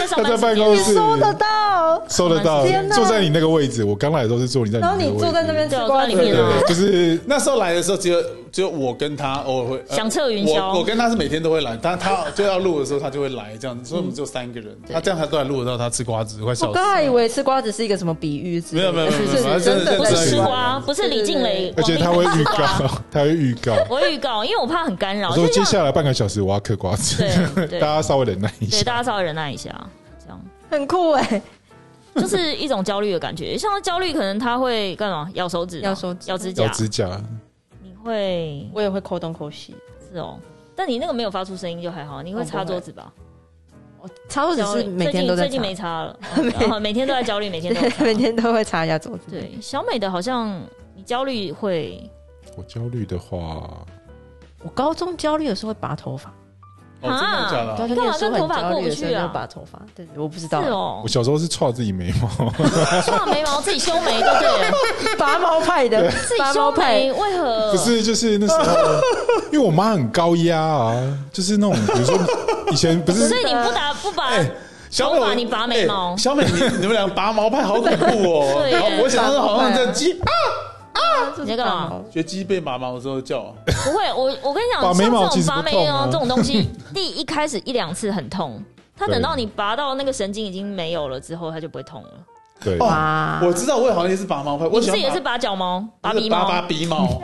在上
他
班
在
时
办
间
公室
收得到，
收得到
哦天，哪
坐在你那个位置。我刚来的时候是坐你在
然后
你
你坐在那边吃
对，我
瓜
在里
子，
对
面啊。
对，就是
那时候来的时候，只有只有我跟他偶尔会呃
响彻云霄
我我跟他是每天都会来，但他就要录的时候，他就会来这样子，所以我们只有三个人。他这样他都来录得到，他吃瓜子快
我
笑死哦
刚
了。
才以为吃瓜子是一个什么比喻之类的，
没有没有没有
是
没有
是真的
真的
不
在
真
是
的
吃
吃瓜，
瓜，不是李静蕾，
而且他会
王力
预
宏吃瓜，
告，他会预告。
我会预告，因为我怕很干扰。
我
就
说
像
接下来半个小时我要嗑瓜子
对，对
大家稍微忍耐一
对
下。
大家稍微忍耐一下，这样。
很酷哎，
就是一种焦虑的感觉。像焦虑，可能他会干嘛？咬手指啊、
咬手指
咬指甲
咬，指甲，
你会
我也会抠东抠西。
是哦。但你那个没有发出声音就还好，
哦
你会擦桌子吧？
我擦桌子
焦虑
是每天都在
最近最
擦
近，没擦 了，哦每天都在焦虑，每天都在
对，
擦
每天都会擦一下桌子。，
对。小美的好像你焦虑会
我焦虑的话，
我高中焦虑的时候会拔头发，
哦，真的假的
高
啊？
中念书很焦虑的时候
你干嘛跟头发过不去啊
就拔头发。对，我不知
是
道，
哦
我，小时候是戳自己眉毛，
画眉毛自己修眉就对了，
拔毛派 的，
自己
拔毛
修眉
派，
为何
不？是就是那时候，因为我妈很高压啊，就是那种比如说以前不是哎
所以你不打不拔，
小美
头发
我，
你拔眉毛
哎小美，你你们俩拔毛派好恐怖哦！
对
然后我想到好像在鸡啊
就是
你在干嘛
学鸡被拔毛的时候叫，
不会，我我跟你讲，
拔
像
眉
这
毛其
种
实
拔
不
眉
痛
毛
啊
这种东西， 第一开始一两次很痛，它
对
等到你拔到那个神经已经没有了之后，它就不会痛了。
对
哦
拔
我知道，我也好像也是拔毛派，我
你
喜
是
欢
也是拔脚毛、拔
就是
鼻
拔
毛，
拔鼻毛，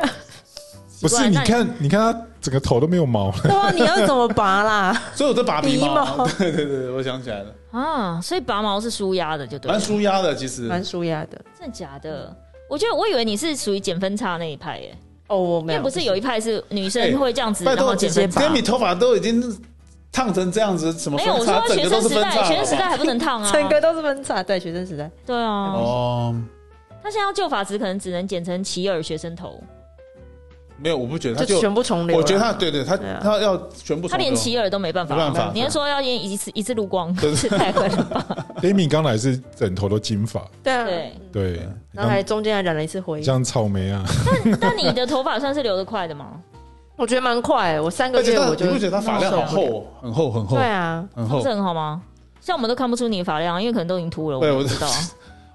不
奇怪
是你
那
看你看她整个头都没有毛了，
对啊，你要怎么拔啦？
所以我在拔 鼻
鼻
毛。
毛
对对对，我想起来了，
啊，所以拔毛是舒压的，就对了
蛮。舒压的，其实
蛮舒压的。
真的假的？我觉得我以为你是属于减分差那一派耶，
哦，我
因
没
为
有，
不是有一派是女
哎
生会这样子，
拜
然
托
后
姐
减
姐
分差。
，Demi 头发都已经烫成这样子，什么
没有，我
分叉，
说
整
学
个都
生
是
时
分
代，
叉，
学生时
好不
代
好
还不能烫啊。
整个都是分叉，对，学生时代
对啊，
哦，
他现在要救法子，可能只能剪成齐耳学生头，
没有，我不觉得他
就
就，
全部重留啦。
我觉得他对对，他
对啊
他要全部重
他连
头
齐耳都没办法。
没办法啊
你是说要连一次一次撸光，
对
是太狠了吧？
Amy 刚来是整头都金发，
对啊，
对
对，
然后还中间还染了一次灰，
像草莓啊，
但你的头发算是留得快的吗？
我觉得蛮快，我三个
而且
月
他
我
你
就
不觉得他发量好厚哦，很厚很厚
对，啊，
很
不
厚
是。很好吗？像我们都看不出你的发量，啊因为可能都已经秃了，我
对
们
我
不知 道。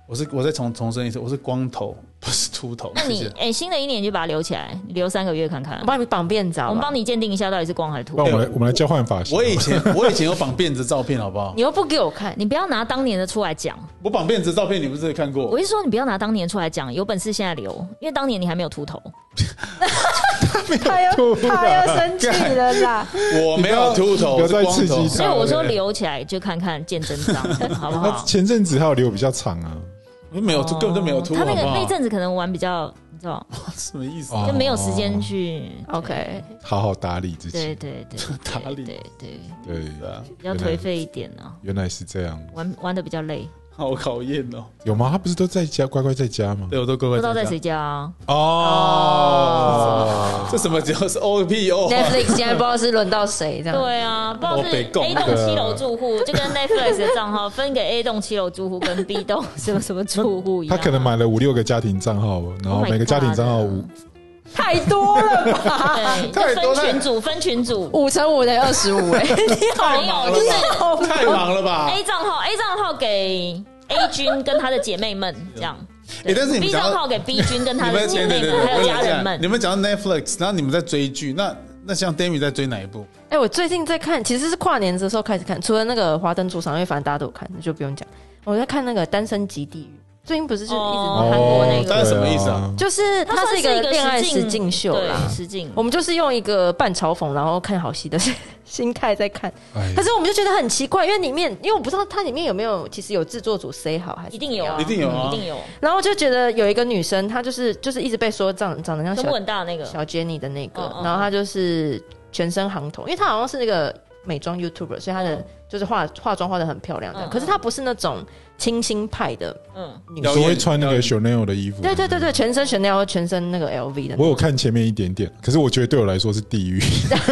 我是我再重重申一次，我是光头，不是秃头。
那
谢
你
谢。
哎、新的一年你就把它留起来，你留三个月看看
我。帮你绑辫子好
我
哦
不
们
好，
帮你鉴定一下到底是光还是
不
秃。
然我们来我们来交换发型。
我以前我以前有绑辫子照片，好不好？
你又不给我看，
你不要拿当年的出来讲，
我绑辫子照片，你们是看过
我？是说你不要拿当年出来讲，有本事现在留，因为当年你还没有秃头。
他又他又生气了啦，
我没有秃头，
不要
我是啊
再
光
刺
头
激。
所以我说
对
留起来就看看见真章， 好不
他
好？
前阵子还有留比较长啊，
我没有，根本就没有秃，
哦
好
他那
不
个
好
那？阵子可能玩比较，你知道，
什么意思？
哦
就没有时间去。
OK，
好好打理自
对
己。
对对，
打理
对对对，
对，
对啊，
比较颓废一点啊，
原来是这样。
玩玩的比较累。
好考验哦。
有吗？他不是都在家乖乖在家吗？
对，我都乖
不
乖
知道在
家
谁家啊？
哦，
这什么只要是 O P O，
Netflix 现在不知道是轮到谁这样。
对啊，不知道
我
是
被供
A
那
栋
个
七楼住户，就跟 Netflix 的账号分给 A 栋七楼住户跟 B 栋什么什么住户一
他
样。啊
可能买了五六个家庭账号，然后
哦
Oh my
每个家庭账号
God
五
太多了吧？
太
对，就
多
分
太
群组，分群组，
五乘五等于二十五， 哎，你好
朋友就是
太忙了吧？
A 账号，A 账号给 A 君跟他的姐妹们 这样。
哎但是你
B
讲到
账号给 B 君跟他
你
的
们
姐
对
妹
对对，
们，还
对
有
我想
家人
讲，你
们。
们讲到 Netflix，然后你们在追剧，那那像 d a m i 在追哪一部？
哎、我最近在看，其实是跨年的时候开始看，除了那个《华灯初上》，因为反正大家都有看，就不用讲。我在看那个《单身即地狱》，最近不是就一直
哦
韩国那
当
个，
然什么意思啊？
就是它是一个恋爱实境秀
对
啦。哦
实境。
我们就是用一个半嘲讽，然后看好戏的 心态在看，
哎
可，是我们就觉得很奇怪，因为里面，因为我不知道它里面有没有，其实有制作组 say 好还是
一定有
怎么样
啊，
一定有啊
嗯一定有。
然后就觉得有一个女生，她就是就是一直被说长长得像
跟
小
我很大的那个，
小 Jenny 的那个，
嗯嗯
然后她就是全身行头，因为她好像是那个美妆 YouTuber，所以她的
嗯
就是化化妆化的很漂亮的，
嗯嗯
可是她不是那种清新派的
嗯，
女
有
生
时，候会穿那个 Chanel 的衣服。
对对对对，全身 Chanel 和全身那个 LV 的那
我有
种，
看前面一点点，可是我觉得对我来说是地狱。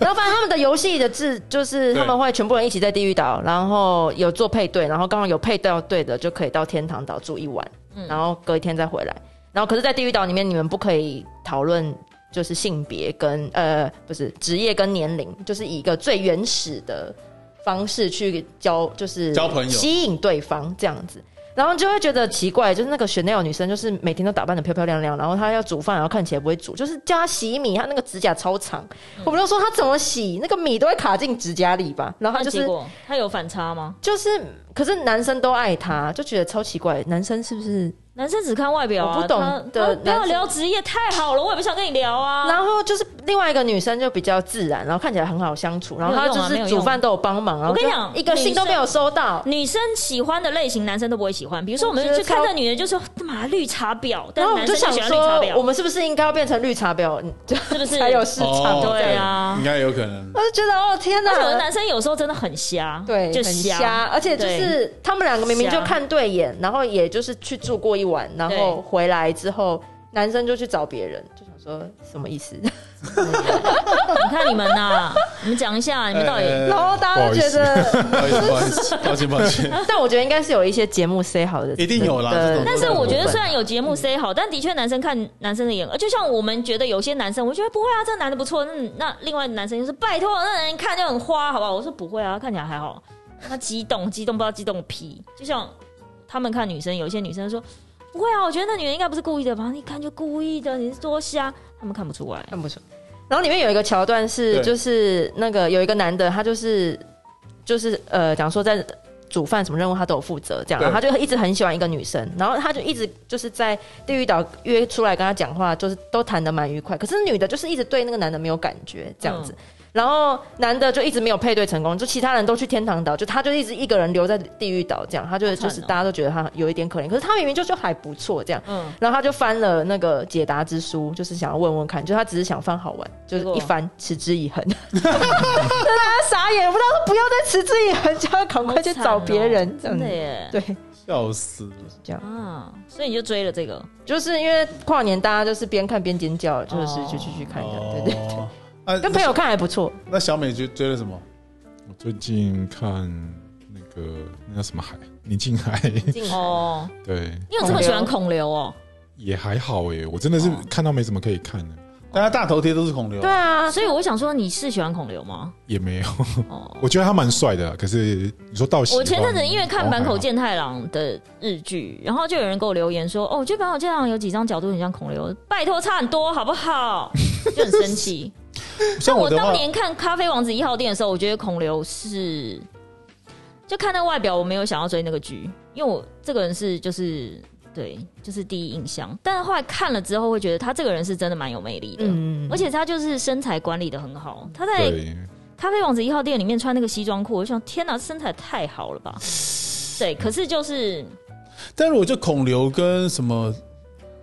然后反正他们的游戏的制就是
对
他们会全部人一起在地狱岛，然后有做配对，然后刚好有配到对的就可以到天堂岛住一晚，
嗯
然后隔一天再回来，然后可是，在地狱岛里面你们不可以讨论。就是性别跟呃不是职业跟年龄，就是以一个最原始的方式去交，就是
交朋友
吸引对方这样子，然后就会觉得奇怪，就是那个 Chanel 女生，就是每天都打扮的漂漂亮亮，然后她要煮饭，然后看起来不会煮，就是叫她洗米，她那个指甲超长，
嗯
我们就说她怎么洗，那个米都会卡进指甲里吧，然后她
那
就
结
是
果他有反差吗？
就是，可是男生都爱她，就觉得超奇怪，男生是不是
男生只看外表啊，
我不懂
他
的
他不要
男生
聊职业，太好了，我也不想跟你聊啊。
然后就是另外一个女生就比较自然，然后看起来很好相处，然后她就
没有用啊
是煮饭都有帮忙，然后
我跟你
就
讲
一个信都没有收到。
女生喜欢的类型，男生都不会喜欢。比如说，我们
我觉得
去看
超
这女人，就说他妈绿茶婊，
然
但
后我们
男
就
生就
想
喜欢绿茶
说，我
婊，
们是不是应该要变成绿茶婊， 嗯
是不是？
才有市场？
哦
对啊
应，该有可能。
我就觉得哦天
而且我的
哪，
男生有时候真的很瞎，
对，
就
很瞎，而且就
对
是他们两个明明就
瞎
看对眼，然后也就是去住过一晚，然后
对
回来之后，男生就去找别人，就想说什么意思？
你看你们呐，你们讲一下，你们到底
呃
然后大家就觉得，
不好意思，不好意思，抱歉，抱歉。
但我觉得应该是有一些节目 say 好的，
一定有啦这种
但是我觉得虽
是
然有节目嗯 say 好，但的确男生看男生的眼，呃就像我们觉得有些男生，我觉得不会啊，这个男的不错。那那另外的男生就是拜托，那人看就很花，好不好？我说不会啊，看起来还好。那激动，激动不知道激动个屁。就像他们看女生，有些女生说不会啊，我觉得那女人应该不是故意的吧？你看就故意的，你是多瞎，他们看不出来。
看不出。然后里面有一个桥段是，
对
就是那个有一个男的，他就是就是呃，讲说在煮饭什么任务他都有负责，这样，
对
然后他就一直很喜欢一个女生，然后他就一直就是在地狱岛约出来跟他讲话，就是都谈得蛮愉快，可是女的就是一直对那个男的没有感觉，这样子。
嗯
然后男的就一直没有配对成功，就其他人都去天堂岛，就他就一直一个人留在地狱岛，这样他就
惨
就
哦
是大家都觉得他有一点可怜，可是他明明就就还不错这样，
嗯，
然后他就翻了那个解答之书，就是想要问问看，就他只是想翻好玩，就是一翻嗤之以恒，大家傻眼，不知道说不要再嗤之以恒，就要赶快去找别人，这样
哦真
子
的耶。
对，
笑死了！
这样
啊，所以你就追了这个，
就是因为跨年大家就是边看边尖叫，就是
哦
就去去看的，对对对，
哦，啊
跟朋友看还不错，
那小美追追了什么？
我最近看那个那叫什么海，宁静 海，
哦，
对，
你有这么喜欢
孔
孔刘哦？
也还好哎，我真的是看到没什么可以看的，
大家大头贴都是孔刘
对，啊，
所以我想说，你是喜欢孔刘吗？
也没有，
哦，
我觉得他蛮帅的，可是你说到喜欢
我前阵子因为看坂口，
哦
健太郎的日剧，然后就有人给我留言说：“哦，我觉得坂口健太郎有几张角度很像孔刘，拜托差很多好不好？”就很生气。
像
我
的
当
话，
年看《咖啡王子一号店》的时候，我觉得孔刘是，就看那外表，我没有想要追那个剧，因为我这个人是就是对，就是第一印象。但是后来看了之后，会觉得他这个人是真的蛮有魅力的，
嗯
而且他就是身材管理的很好，他
还好
在
哦对，
咖啡王子一号店里面穿那个西装裤，我就想天哪，身材太好 了吧？对，可是就是
但是我就孔刘跟什么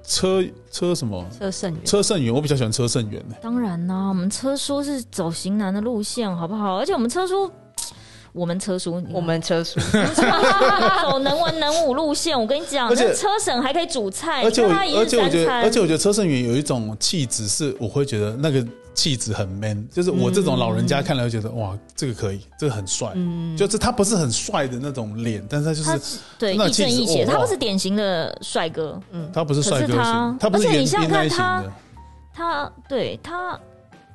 车车什么
车胜元，
车胜元，我比较喜欢车胜元呢。
当然啦、我们车叔是走型男的路线，好不好？而且我们车叔，我们车叔，你看
我们车叔，
走能文能武路线，我跟你讲，
而且
那车神还可以煮菜，
而且
哎你
我，
看他一
而
日
且我
三
觉得，
餐，
而且我觉得车胜元有一种气质，是我会觉得那个气质很 man，就是我这种老人家看了会觉得哇，这个可以，这个很帅。
嗯
就是他不是很帅的那种脸，但是他就
他
是
是对
那
亦
气质
正亦邪，
哦
他不是典型的帅哥，
他不是帅哥
可是
型
他，
他不是
而且
原
你想
原
想看
来型
他
的。
他对他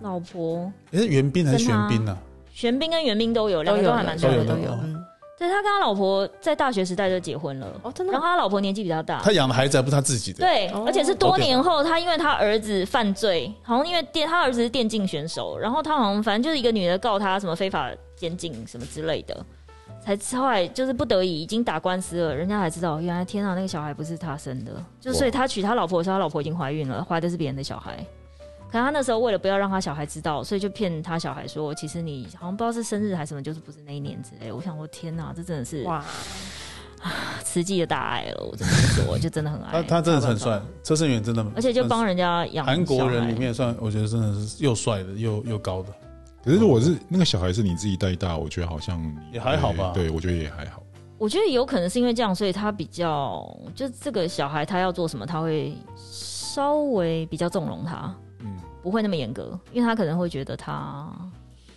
老婆
你是袁斌还是玄
啊
彬啊呢？
玄彬跟袁彬都有，两个
有
还蛮
都
大
有
都有
的。
都
都有
有，嗯
对他跟他老婆在大学时代就结婚了，
哦，真的
然
吗
后他老婆年纪比较大
他。养的孩子还不是他自己的，
对，
哦
而且是多年后，他因为他儿子犯罪，好像因为电他儿子是电竞选手，然后他好像反正就是一个女的告他什么非法监禁什么之类的，才后来就是不得已已经打官司了，人家才知道原来天啊那个小孩不是他生的，就所以他娶他老婆的时候，他老婆已经怀孕了，怀的是别人的小孩。可他那时候为了不要让他小孩知道，所以就骗他小孩说，其实你好像不知道是生日还是什么，就是不是那一年之类的。我想说，天哪，这真的是
哇，
慈济的大爱哦了，我真的说，就真的很
他
爱
他真的是很
没有办法
帅，车胜元真的，
而且就帮人家养
韩国
小
人
孩
里面算，我觉得真的是又帅的又又高的，
可是如果是那个小孩是你自己带大，我觉得好像你
也还好吧
对，我觉得也还好。
我觉得有可能是因为这样，所以他比较就这个小孩他要做什么，他会稍微比较纵容他，
嗯，
不会那么严格，因为他可能会觉得他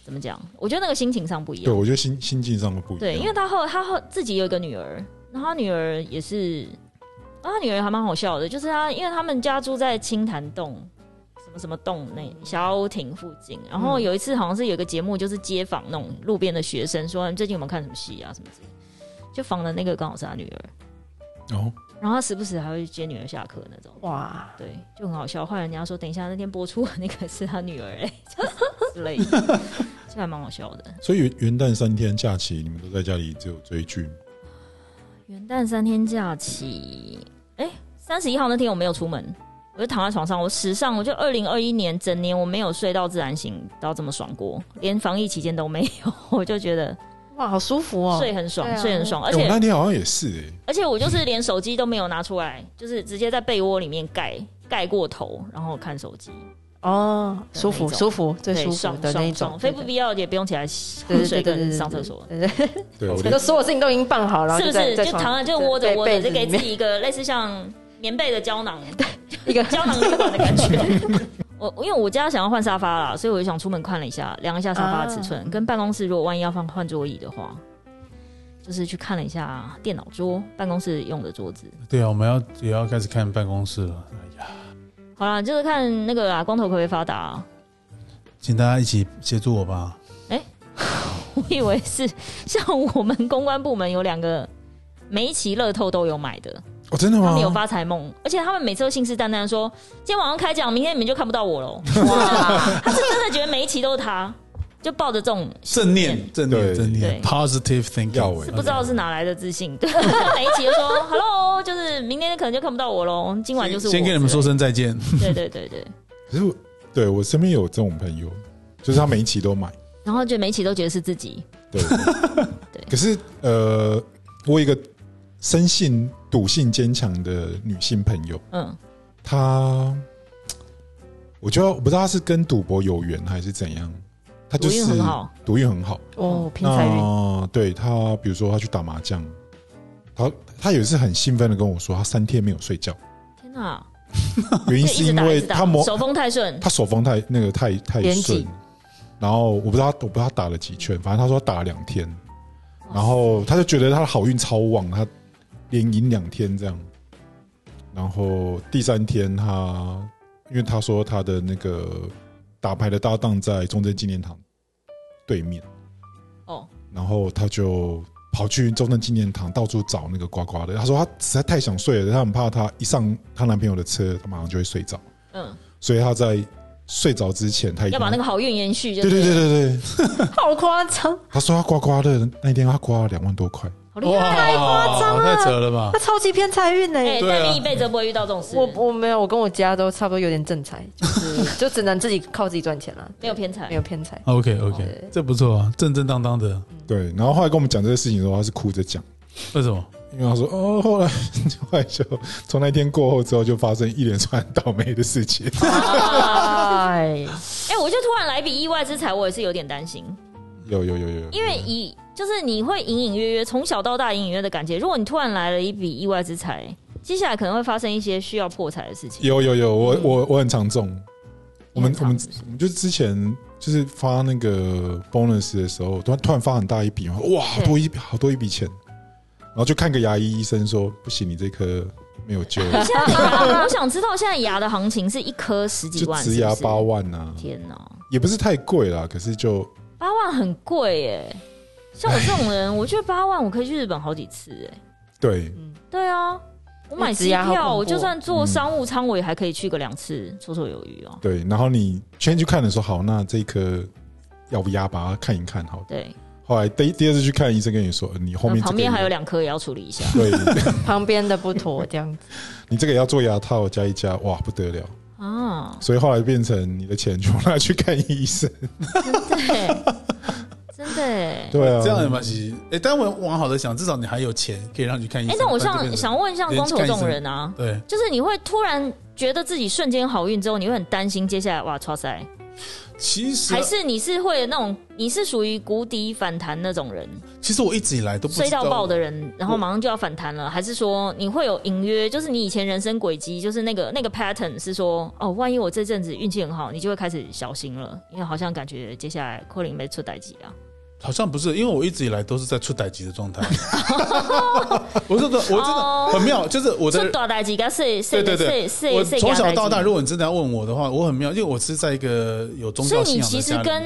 怎么讲，我觉得那个心情上不一
对，
样。
我觉得心心境上会不一样。
对，因为他后他后自己有一个女儿，然后他女儿也是，啊，他女儿还蛮好笑的，就是他因为他们家住在青潭洞。什么什么洞那小艇附近，然后有一次好像是有一个节目，就是街访那种路边的学生，说你最近有没有看什么戏啊什么之类的，就访的那个刚好是他女儿，
哦，
然后他时不时还会接女儿下课那种，
哇，
对，就很好笑。后来人家说，等一下那天播出的那个是他女儿哎、 就是之类的，这还蛮好笑的。
所以元元旦三天假期，你们都在家里只有追剧吗，
元旦三天假期，哎、三十一号那天我没有出门，我就躺在床上，我史上我就二零二一年整年我没有睡到自然醒到这么爽 过，连防疫期间都没有， 我就觉得
哇，好舒服哦！
睡很爽，
对啊
睡很爽，而
哎我
且
那天好像也是哎，
而且我就是连手机都没有拿出来，就是直接在被窝里面盖盖过头，然后看手机。
哦，
的
舒
那
服
种
舒服最
对，
舒服
爽
的那
爽
一
爽
种，
非
对
不
对
必要也不用起来喝
对
水
对对
跟
对
上厕所，
对对对
对我
那
连
个所有事情都已经办好了，
是不
然后
是？
就在在
就躺
床
在就窝着窝着，
被被
就
子里
给自
面
己一个类似像棉被的胶 囊，
一个
胶囊旅馆的 感觉。我因为我家想要换沙发啦，所以我就想出门看了一下，量一下沙发的尺寸，
啊
跟办公室如果万一要放换桌椅的话，就是去看了一下电脑桌，办公室用的桌子。
对啊，我们要也要开始看办公室了，哎呀，
好啦，就是看那个啦，光头可不可以发达、啊
请大家一起协助我吧，
我以为是像我们公关部门有两个每一期乐透都有买的，
哦，真的
他
吗
们？有发财梦，而且他们每次都信誓旦旦说，今天晚上开奖，明天你们就看不到我喽。哇，他是真的觉得每一期都是他，就抱着这种
正念正念
对
正念
对
，positive
要
thinking，
欸
不知道是哪来的自信，对， 每一期都说 “hello”，就是明天可能就看不到我喽，今晚就是我。
先跟你们说，声再见，
对对对对，
可是我对我身边有这种朋友，就是他每一期都买。
然后就每一期都觉得是自己，
对，
对
可是呃，我有一个生性赌性坚强的女性朋友，
嗯，
她我觉得我不知道她是跟赌博有缘还是怎样，她就
赌运
是
很好
赌运很好。
哦，拼财运，
那对她，比如说她去打麻将，她她也是很兴奋的跟我说，她三天没有睡 觉，
天哪，
原因
就是一直
因
打一
为
直
她
打，
某
手风太顺，
他手风太那个太太
连
顺
击，
然后我不知道他我不知道他打了几圈，反正他说他打了两天，
哦
然后他就觉得他的好运超旺，他连赢两天这样，然后第三天他因为他说他的那个打牌的搭档在中正纪念堂对面，
哦，
然后他就跑去中正纪念堂到处找那个呱呱的，他说他实在太想睡了，他很怕他一上她男朋友的车，他马上就会睡着。
嗯，
哎
所以他在睡着之前，他已经
要把那个好运延续，就
对对对对对，
好夸张，
他说他刮刮乐那天他刮了两万多块，
好厉害。
太夸张了
太扯了吧
他？超级偏财运
哎、
呢。
对啊
但你一辈子都不会遇到这种事，
我我没有，我跟我家都差不多有点正财，就是就只能自己靠自己赚钱了，
没有偏财
没。有 偏财。
OK OK，
对
这不错啊，正正当当
嗯
的。
对。然后后来跟我们讲这个事情的时候，他是哭着讲，
为什么？
因为他说哦，后来 后来就从那天过后之后，就发生一连串倒霉的事 情。
哎，
哎、我就突然来一笔意外之财，我也是有点担心，
有有有有，
因为以就是你会隐隐约约从小到大隐隐约的感觉，如果你突然来了一笔意外之财，接下来可能会发生一些需要破财的事情。
有有有，我我我很常中。我们
你很
我们
常
我们就之前就是发那个 bonus 的时候，突然突然发很大一笔，哇，好多一好多一笔钱，然后就看个牙医医生说，不行，你这颗没有救了，
现在牙，我想知道现在牙的行情是一颗十 几
就
万，
植牙
是不是
八。万啊，
天哪，
也不是太贵啦，可是就
八万很贵耶！像我这种人，我觉得八万我可以去日本好几次哎。
对，
对啊，我买机
植牙好恐怖
票，
哦
我就算坐商务舱，我也还可以去个两次，绰绰有余哦。
对，然后你先去看的时候，好，那这一颗要不压把它看一看好了。
对，
后来第第二次去看医生，跟你说，呃你后面这
那
个
嗯旁边还有两颗也要处理一下。
对，
旁边的不妥这样子，
你这个也要做牙套加一加，哇，不得了！
啊，
所以后来变成你的钱全部拿去看医生。
对， 真的哎。
对啊，
这样的嘛，其实，哎，但我往好的想，至少你还有钱可以让你去看医
哎
生。，
那我
但这
想
边
想问一下光头这种人啊，
对，
就是你会突然觉得自己瞬间好运之后，你会很担心接下来哇，超
啊
塞，
其实啊
还是你是会有那种你是属于谷底反弹那种人，
其实我一直以来都不
衰
知
到爆
道，
的人，然后马上就要反弹了，还是说你会有隐约，就是你以前人生轨迹，就是那个那个 pattern 是说，哦，万一我这阵子运气很好，你就会开始小心了，因为好像感觉接下来柯林被出代机啊，
好像不是，因为我一直以来都是在出歹级的状 态。我真的，我真
哦
的很妙，就是我
出
的
大代机，该是
对
是
对
是
对
是，
我
是
从小到大，如果你真的要问我的话，我很妙，因为我是在一个有宗
所以
教信
你
仰
其
的
实
家里。
跟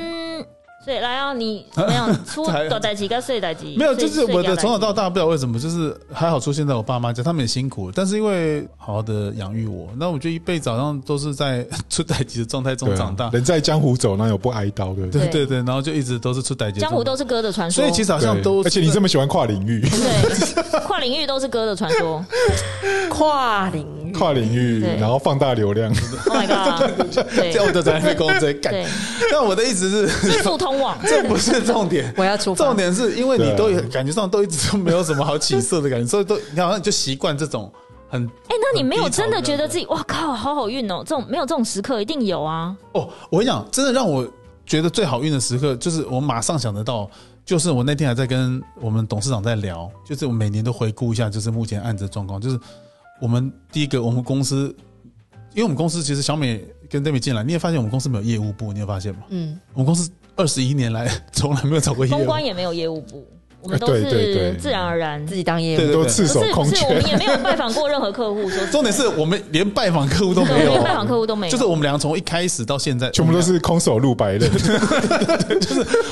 所以来啊，你没有 出
才
大代机跟碎代机，
没有，
所
就
以
是我的从小到。
所以
大，不知道为什么，就是还好出现在我爸妈家，他们也辛苦，但是因为好好的养育我，那我就一辈子好像都是在出歹级的状态
对
中
啊
长大。
人在江湖走，哪有不挨刀，对不对？
对对对，然后就一直都是出歹级的
江
状态，
湖都是哥的传说，
所以其实好像
对
都是，
而且你这么喜欢跨 领域，
对 跨领域都是哥的传说。
跨领域，
跨领域，
对
然后放大流量，
Oh my god！对
这样我就在那边攻击
对
干。，但我的意思 是，
技术 通往
这不是重点。
我要出发
重点是因为你都有
对
感觉上都一直都没有什么好起色的感觉，所以都你好像就习惯这种很
哎、那你没有
很低潮
真的觉得自
己
己哇靠，好好运哦！这种没有这种时刻一定有啊。
哦？我跟你讲，真的让我觉得最好运的时刻，就是我马上想得到，就是我那天还在跟我们董事长在聊，就是我每年都回顾一下，就是目前案子的状况，就是我们第一个，我们公司，因为我们公司其实小美跟邓美进来，你也发现我们公司没有业务部，你有发现吗？
嗯，
我们公司二十一年来从来没有找哎过业务
公
部，
关也没有业务部，我们都
对对对
是自然而然。
自己当业
对
务，
对
都
对
赤手
不
空
是不是，我
拳
们。也没有拜访过任何客户， 说
重点是我们连拜访客户都没
对我
有
们，拜访客户都没有，
就是我们俩从一开始到现在，
全部都是空手入白 刃，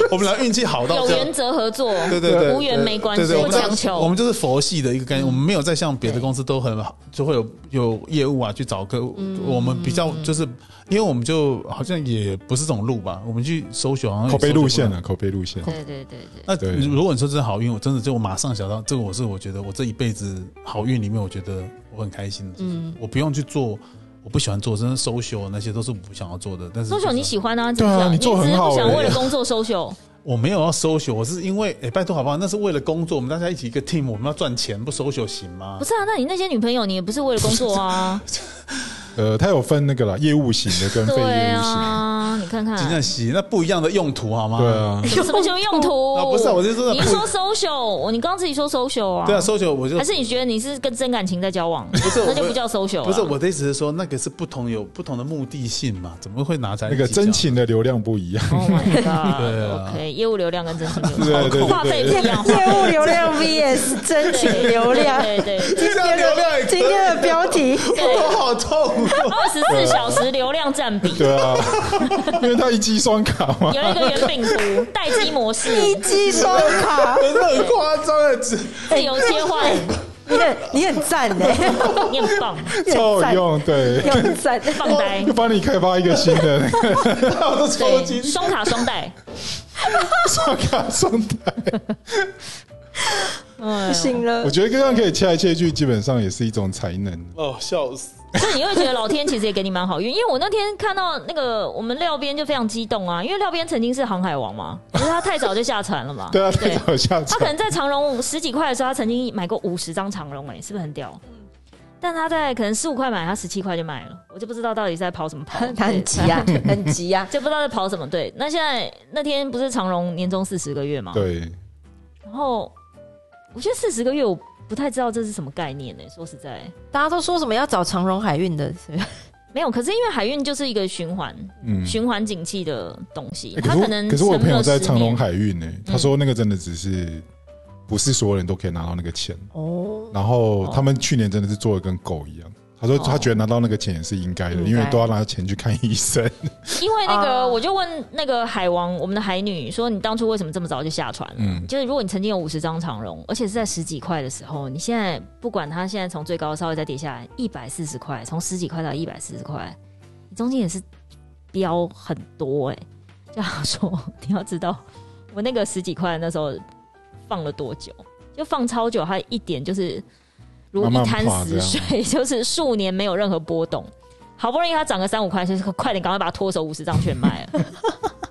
我们俩运气好到
有
这
原
样。
则合作，
对对对，
无缘没关系，
对对
不
我们
强
俩我
求嗯
们。就是佛系的一个概念，我们没有再像别的公司都很好，就会有有业务啊去找客户。
嗯
我们比较就是，因为我们就好像也不是这种路吧，我们去搜寻好像也
口碑路
搜寻
线
不到
啊，口碑路线。
对对对对，
那
对
如果你说这是好运，我真的就马上想到这个，我是我觉得我这一辈子好运里面，我觉得我很开心的。嗯，我不用去做我不喜欢做，真的 social 那些都是我不想要做的。但是
搜
social
秀你喜欢啊？
对啊
只是
你做
只是
很好
不想
欸
为了工作搜秀，
我没有要 social，我是因为哎、诶拜托好不好？那是为了工作，我们大家一起一个 team，我们要赚钱，不 social 行吗
不？是啊？那你那些女朋友，你也不是为了工作 啊？
呃，它有分那个啦，业务型的跟非
对
业务型。
啊，你看看，
真的行，那不一样的用途好吗？
对。啊，
什么什么用途？
啊不是啊我是说
你一说 social，你刚刚自己说 social 啊？
对啊，social 我就
还是你啊觉得你是跟真感情在交往？不
是
那就
我
不叫 social 了。
不是我的意思是说，那个是不同有不同的目的性嘛，怎么会拿在一
那
起
个真
讲？
情的流量不一 样。
Oh my
对啊
god！OK，业务流量跟真情流
对
量，
对对对
话费不一样，
业务流量 VS 真情流量，
对对对，
这样流量也可
今
以，
天的标题，
我好痛、哦。
二十四小时流量占比。
对啊，因为它一机双卡嘛。
有一个圆饼图待机模式，
一机双卡，
真的很夸张欸的，只
自由切换，
你很你很赞哎，
你很棒，
超有用，对
你，很赞，
放呆
就，帮你开发一个新的那 个
我都抽筋
对，。双卡双待，
刷卡送台。
不
哎呦，
行了
我，觉得这样可以切来切去，基本上也是一种才能。
哦，笑死！？
哎所以你会觉得老天其实也给你蛮好运，因为我那天看到那个我们廖边就非常激动啊，因为廖边曾经是航海王嘛，可是他太早就下船了嘛，
对啊，太早下
他可
场
能，在长荣十几块的时候，他曾经买过五十张长荣，哎，是不是很屌？但他在可能十五块买，他十七块就卖了，我就不知道到底是在跑什么跑，
他很急 啊，很急啊，
就不知道在跑什么。对，那现在那天不是长荣年终四十个月嘛？
对，
然后我觉得四十个月我不太知道这是什么概念呢、说实在，
大家都说什么要找长荣海运的， 是不是
没有。可是因为海运就是一个循环，
嗯。
循环景气的东西，
欸可
它
是我
能
可是我有朋友在
沉
长
没
隆
10年嗯
海运呢，他说那个真的只是不是所有人都可以拿到那个钱。
哦，
然后他们去年真的是做的跟狗一样。他说
哦
他觉得拿到那个钱也是应该的，
应该
因为都要拿钱去看医 生。
因为那个，
哦
我就问那个海王，我们的海女说，你当初为什么这么早就下船了？
嗯
就是如果你曾经有五十张长荣，而且是在十几块的时候，你现在不管它现在从最高稍微再跌下来一百四十块，从十几块到一百四十块，你中间也是飙很多哎、就好说，你要知道我那个十几块那时候放了多久，就放超久，它一点就是如一
慢慢
滩
爬
死水，就是数年没有任何波动。好不容易它涨个三五块钱，就是快点赶快把它脱手五十张全卖了，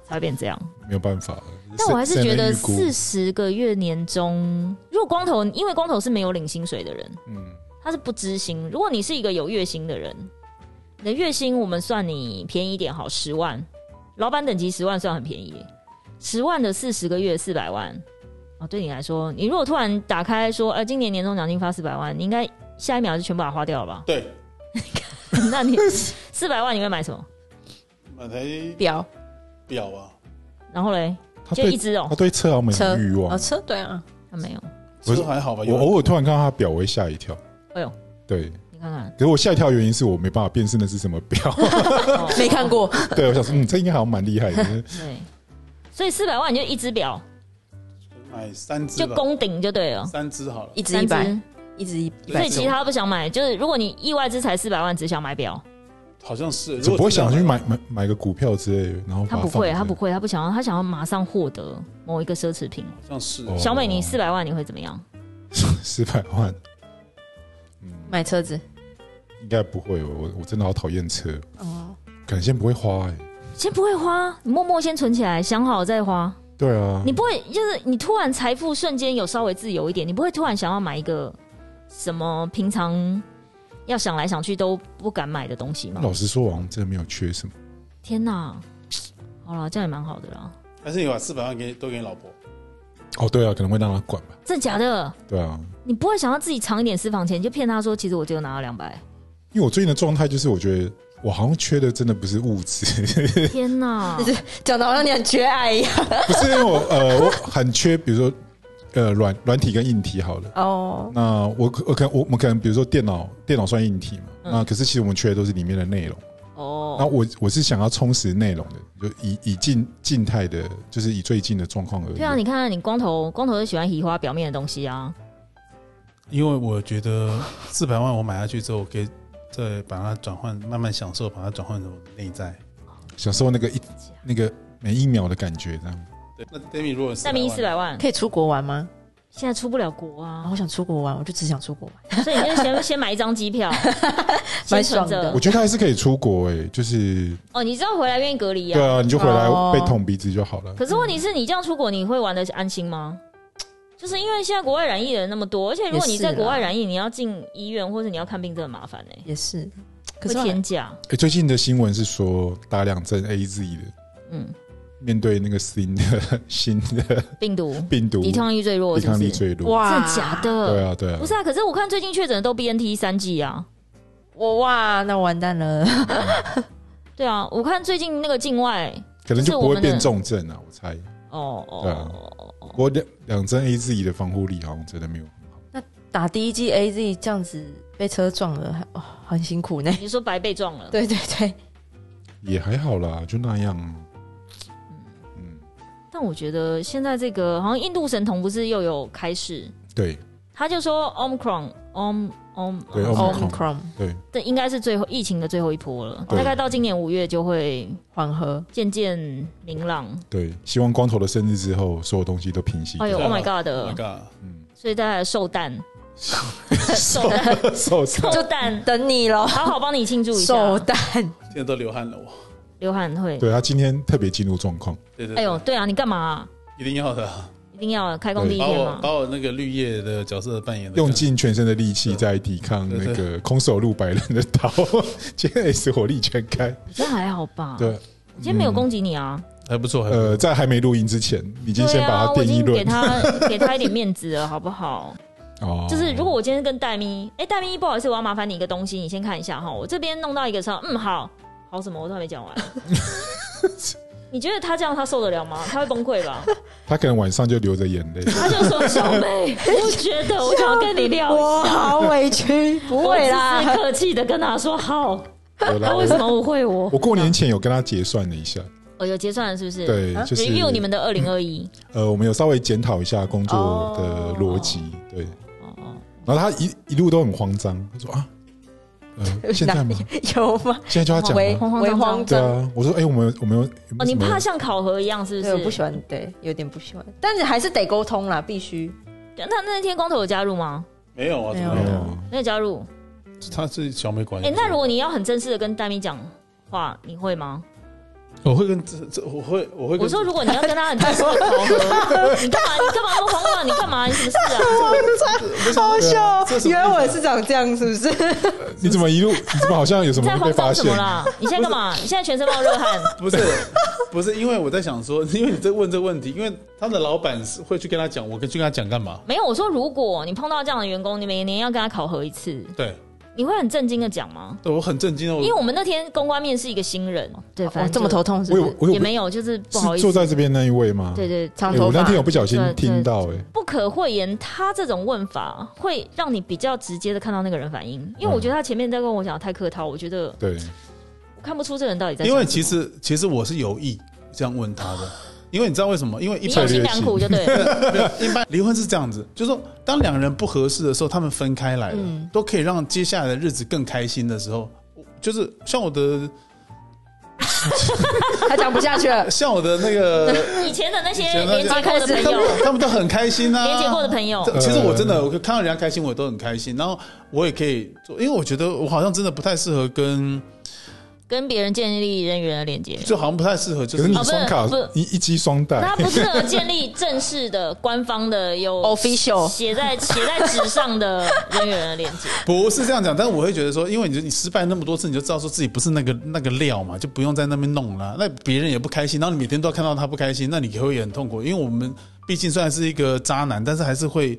才会变这样。
没有办法，
但我还是
谁
觉
谁能
得
预估
四十个月年终，如果光头，因为光头是没有领薪水的人，
嗯
他是不知薪。如果你是一个有月薪的人，你的月薪我们算你便宜一点好，十万，老板等级十万算很便宜，十万的四十个月四百万，哦，对你来说，你如果突然打开说，呃，今年年终奖金发四百万，你应该下一秒就全部把它花掉了吧
对，
那 你四百万你会买什么？
买台
表
表啊，
然后嘞，
他
就一
对
只哦
他、对车好像没
车
有欲望
哦，。车对啊，
他没有，
不是
车还好
哦
吧？
我
有
偶尔突然看到他表，我会吓一跳。
哎呦，
对，
你看看，
可是我吓一跳的原因是我没办法辨识那是什么 表。
哦
没看过，
对，我想说，嗯，这应该好像蛮厉害的。
对，所以四百万你就一只表
买三只
就
吧，
攻顶就对了，
三只好了。
一直
三
一
只。
百，一直一
对
百
所以其他不想买，就是如果你意外之财四百万，只想买表，
好像是，
只不
如果
过想去
这样
买买买个股票之类的，然后把
他
它
不
放
会，
着
他不会，他不想要，他想要马上获得某一个奢侈品。
好像是
哦
小美，你四百万你会怎么样？
四百万，嗯，
买车子
应该不会。我我真的好讨厌车，
哦，
可能先不会花、欸。
先不会花，你默默先存起来，想好再花。
对
嗯
啊，
你不会就是你突然财富瞬间有稍微自由一点，你不会突然想要买一个什么平常要想来想去都不敢买的东西吗？
哦
老实说，我好像真的没有缺什么。
天哪！好了，这样也蛮好的啦，
还是你把四百万给都给你老婆，
哦，对啊，可能会让他管吧。
真假的？
对啊，
你不会想要自己藏一点私房钱，你就骗他说，其实我只有拿到两百。
因为我最近的状态就是，我觉得我好像缺的真的不是物质，
天哪！
讲的好像你很缺爱一样
不是因为我呃我很缺，比如说呃软软体跟硬体好了。
哦，
那我可我可能我我们可能比如说电脑电脑算硬体嘛，
嗯
那可是其实我们缺的都是里面的内容。那
哦，
我我是想要充实内容的，就以以静静态的，就是以最近的状况而
对啊，
言。
你看你光头，光头就喜欢移花表面的东西啊。
因为我觉得四百万我买下去之后，我可以再把它转换，慢慢享受，把它转换成我的内在。
享受那个一
啊
那个每一秒的感觉，这样。
对，那 Demi 如果
那明一四百万，
可以出国玩吗？
现在出不了国
啊，
啊
我，想出国玩，我就只想出国玩。
所以你就先 先买一张机票，先
蛮
存
爽的
着
我。觉得还是可以出国诶、就是
哦，你知道回来愿意隔离
对
啊。
啊，你就回来
哦
被捅鼻子就好了。
可是问题是你这样出国，你会玩的安心吗？就是因为现在国外染疫的人那么多，而且如果你
也是
在
啦
国外染疫，你要进医院或者你要看病，真的麻烦哎、
也是，可
会
是
天价。
诶欸最近的新闻是说打两针 A Z 的，
嗯，
面对那个新的新的
病毒
病毒，
抵抗力最弱，
抵
是不
抗力
是？
最弱。
哇
真的假的？
对啊，对啊
不，是啊，可是我看最近确诊的都 BNT 三剂啊。
我哇，那完蛋了，
对啊，我看最近那个境外，
可能就不
我
会
们的
变重症啊，我猜。
哦
对啊
哦，哦
不过两两针 A Z 的防护力好像真的没有很好。
打第一季 AZ 这样子被车撞了，还哦，很辛苦呢。
你说白被撞了，
对对对，
也还好啦，就那样。嗯，
但我觉得现在这个好像印度神童不是又有开始，
对
他就说 Omicron Om Om
对 Omicron
Omicron
对，
这应该是最后疫情的最后一波了，
对
大概到今年五月就会
缓和，
渐渐明朗。
对，希望光头的生日之后，所有东西都平息。
哎呦
对啊
，Oh my God！
，Oh my god，
嗯，
所以大家寿诞， 寿诞，
受
寿诞，
等你咯，
好好帮你庆祝一下。
手蛋
现在都流汗了我。
刘汉会，
对他今天特别进入状况，
对对，
哎
对
呦，，对啊，你干嘛啊、
一定要的啊，
一定要开工第一
把
天
我
嘛。
把我那个绿叶的角色扮演的
用尽全身的力气在抵抗
对
那
对
个空手入白人的刀， 今天也是火力全开。
啊
你今天还好吧？
对，嗯
我今天没有攻击你啊。
还不错，还不错
呃，在还没录音之前，已经
对
先把
啊，
他
我已
电一
经给
轮。
他给他一点面子了，好不好？
哦
就是如果我今天跟戴咪，哎、戴咪，不好意思，我要麻烦你一个东西，你先看一下哈。我这边弄到一个车，嗯，好，好什么我都还没讲完。你觉得他这样他受得了吗？他会崩溃吧？
他可能晚上就流着眼泪。
他就说：“小妹，我觉得我想要跟你 聊
我
一下。
好委屈，”不会
我只是
啦，
客气的跟他说好。
有啦
他为什么误会我？
我过年前有跟他结算了一下，
哦，有结算了是不是？
对，就是
review 你们的二零二一。
呃，我们有稍微检讨一下工作的逻辑，对。
哦哦，
然后他一一路都很慌张，他说啊， 呃，现在吗？
有吗？
现在就要讲
为
吗？
慌慌张
为
张
慌
对
张，
啊，我说哎、我们有我们有有
哦，
没有
你
什么
怕像考核一样是不
对，
是？
我不喜欢，对，有点不喜欢，但是还是得沟通啦，必须。
那那天光头有加入吗？
没有啊，
没
怎么
有
没
会
有
有？
没有加入。
他是小美管理。
哎、那如果你要很正式的跟戴咪讲话，你会吗？
我会跟这这，我会我会跟
我说，如果你要跟他很正式的考 核，你干嘛？你干嘛那么慌乱？你干嘛？你什么事啊？
这是什么意思啊
好笑原来我是长这样，是不是？
你怎么一路 你怎么好像有什
你
么
在
会
慌
被发
张什
现
么？啦？你现在干嘛？你现在全身冒热汗。
不是不是，因为我在想说， 因为你在问这个问题，因为他的老板是会去跟他讲，我跟去跟他讲干嘛？
没有，我说如果你碰到这样的员工，你每年要跟他考核一次，
对，
你会很震惊的讲吗？
对我很震惊哦，
因为我们那天公关面试一个新人，哦对，反
哇
正就
哦这么头痛是
我
不
有
是？
我有
也没有，就是不好
是
意
坐
思，
在这边那一位吗？
对对，
长
哎
头
我那
发
天有不小心
对对
听到哎、
不可讳言，他这种问法会让你比较直接的看到那个人反应，因为我觉得他前面在跟我讲太客套，我觉得
对，
我看不出这人到底在想什
因
么。
为其实其实我是有意这样问他 的，因为你知道为什么？因为一
你
般
用心良苦就对了，
一般离婚是这样子，就是说当两人不合适的时候，他们分开来了，
嗯
都可以让接下来的日子更开心的时候，我就是像我的，
他讲不下去了
像我的那个
以前的那些
以前的那
连
些
接过的 朋
他
友
们，他们都很开心啊，
连接过的朋友
这其实我真的，我看到人家开心，我都很开心。然后我也可以做，因为我觉得我好像真的不太适合跟，
跟别人建立人与人的 连接，
就好像不太适合，就
可是
是
你
哦不是
双卡
不是
一一机双
他
带，
不适合建立正式的、官方的、有
Official
写在写在纸上的人与人的连接。
不是这样讲。但是我会觉得说，因为你你失败那么多次，你就知道说自己不是那个那个料嘛，就不用在那边弄了。那别人也不开心，然后你每天都要看到他不开心，那你会也很痛苦。因为我们毕竟虽然是一个渣男，但是还是会。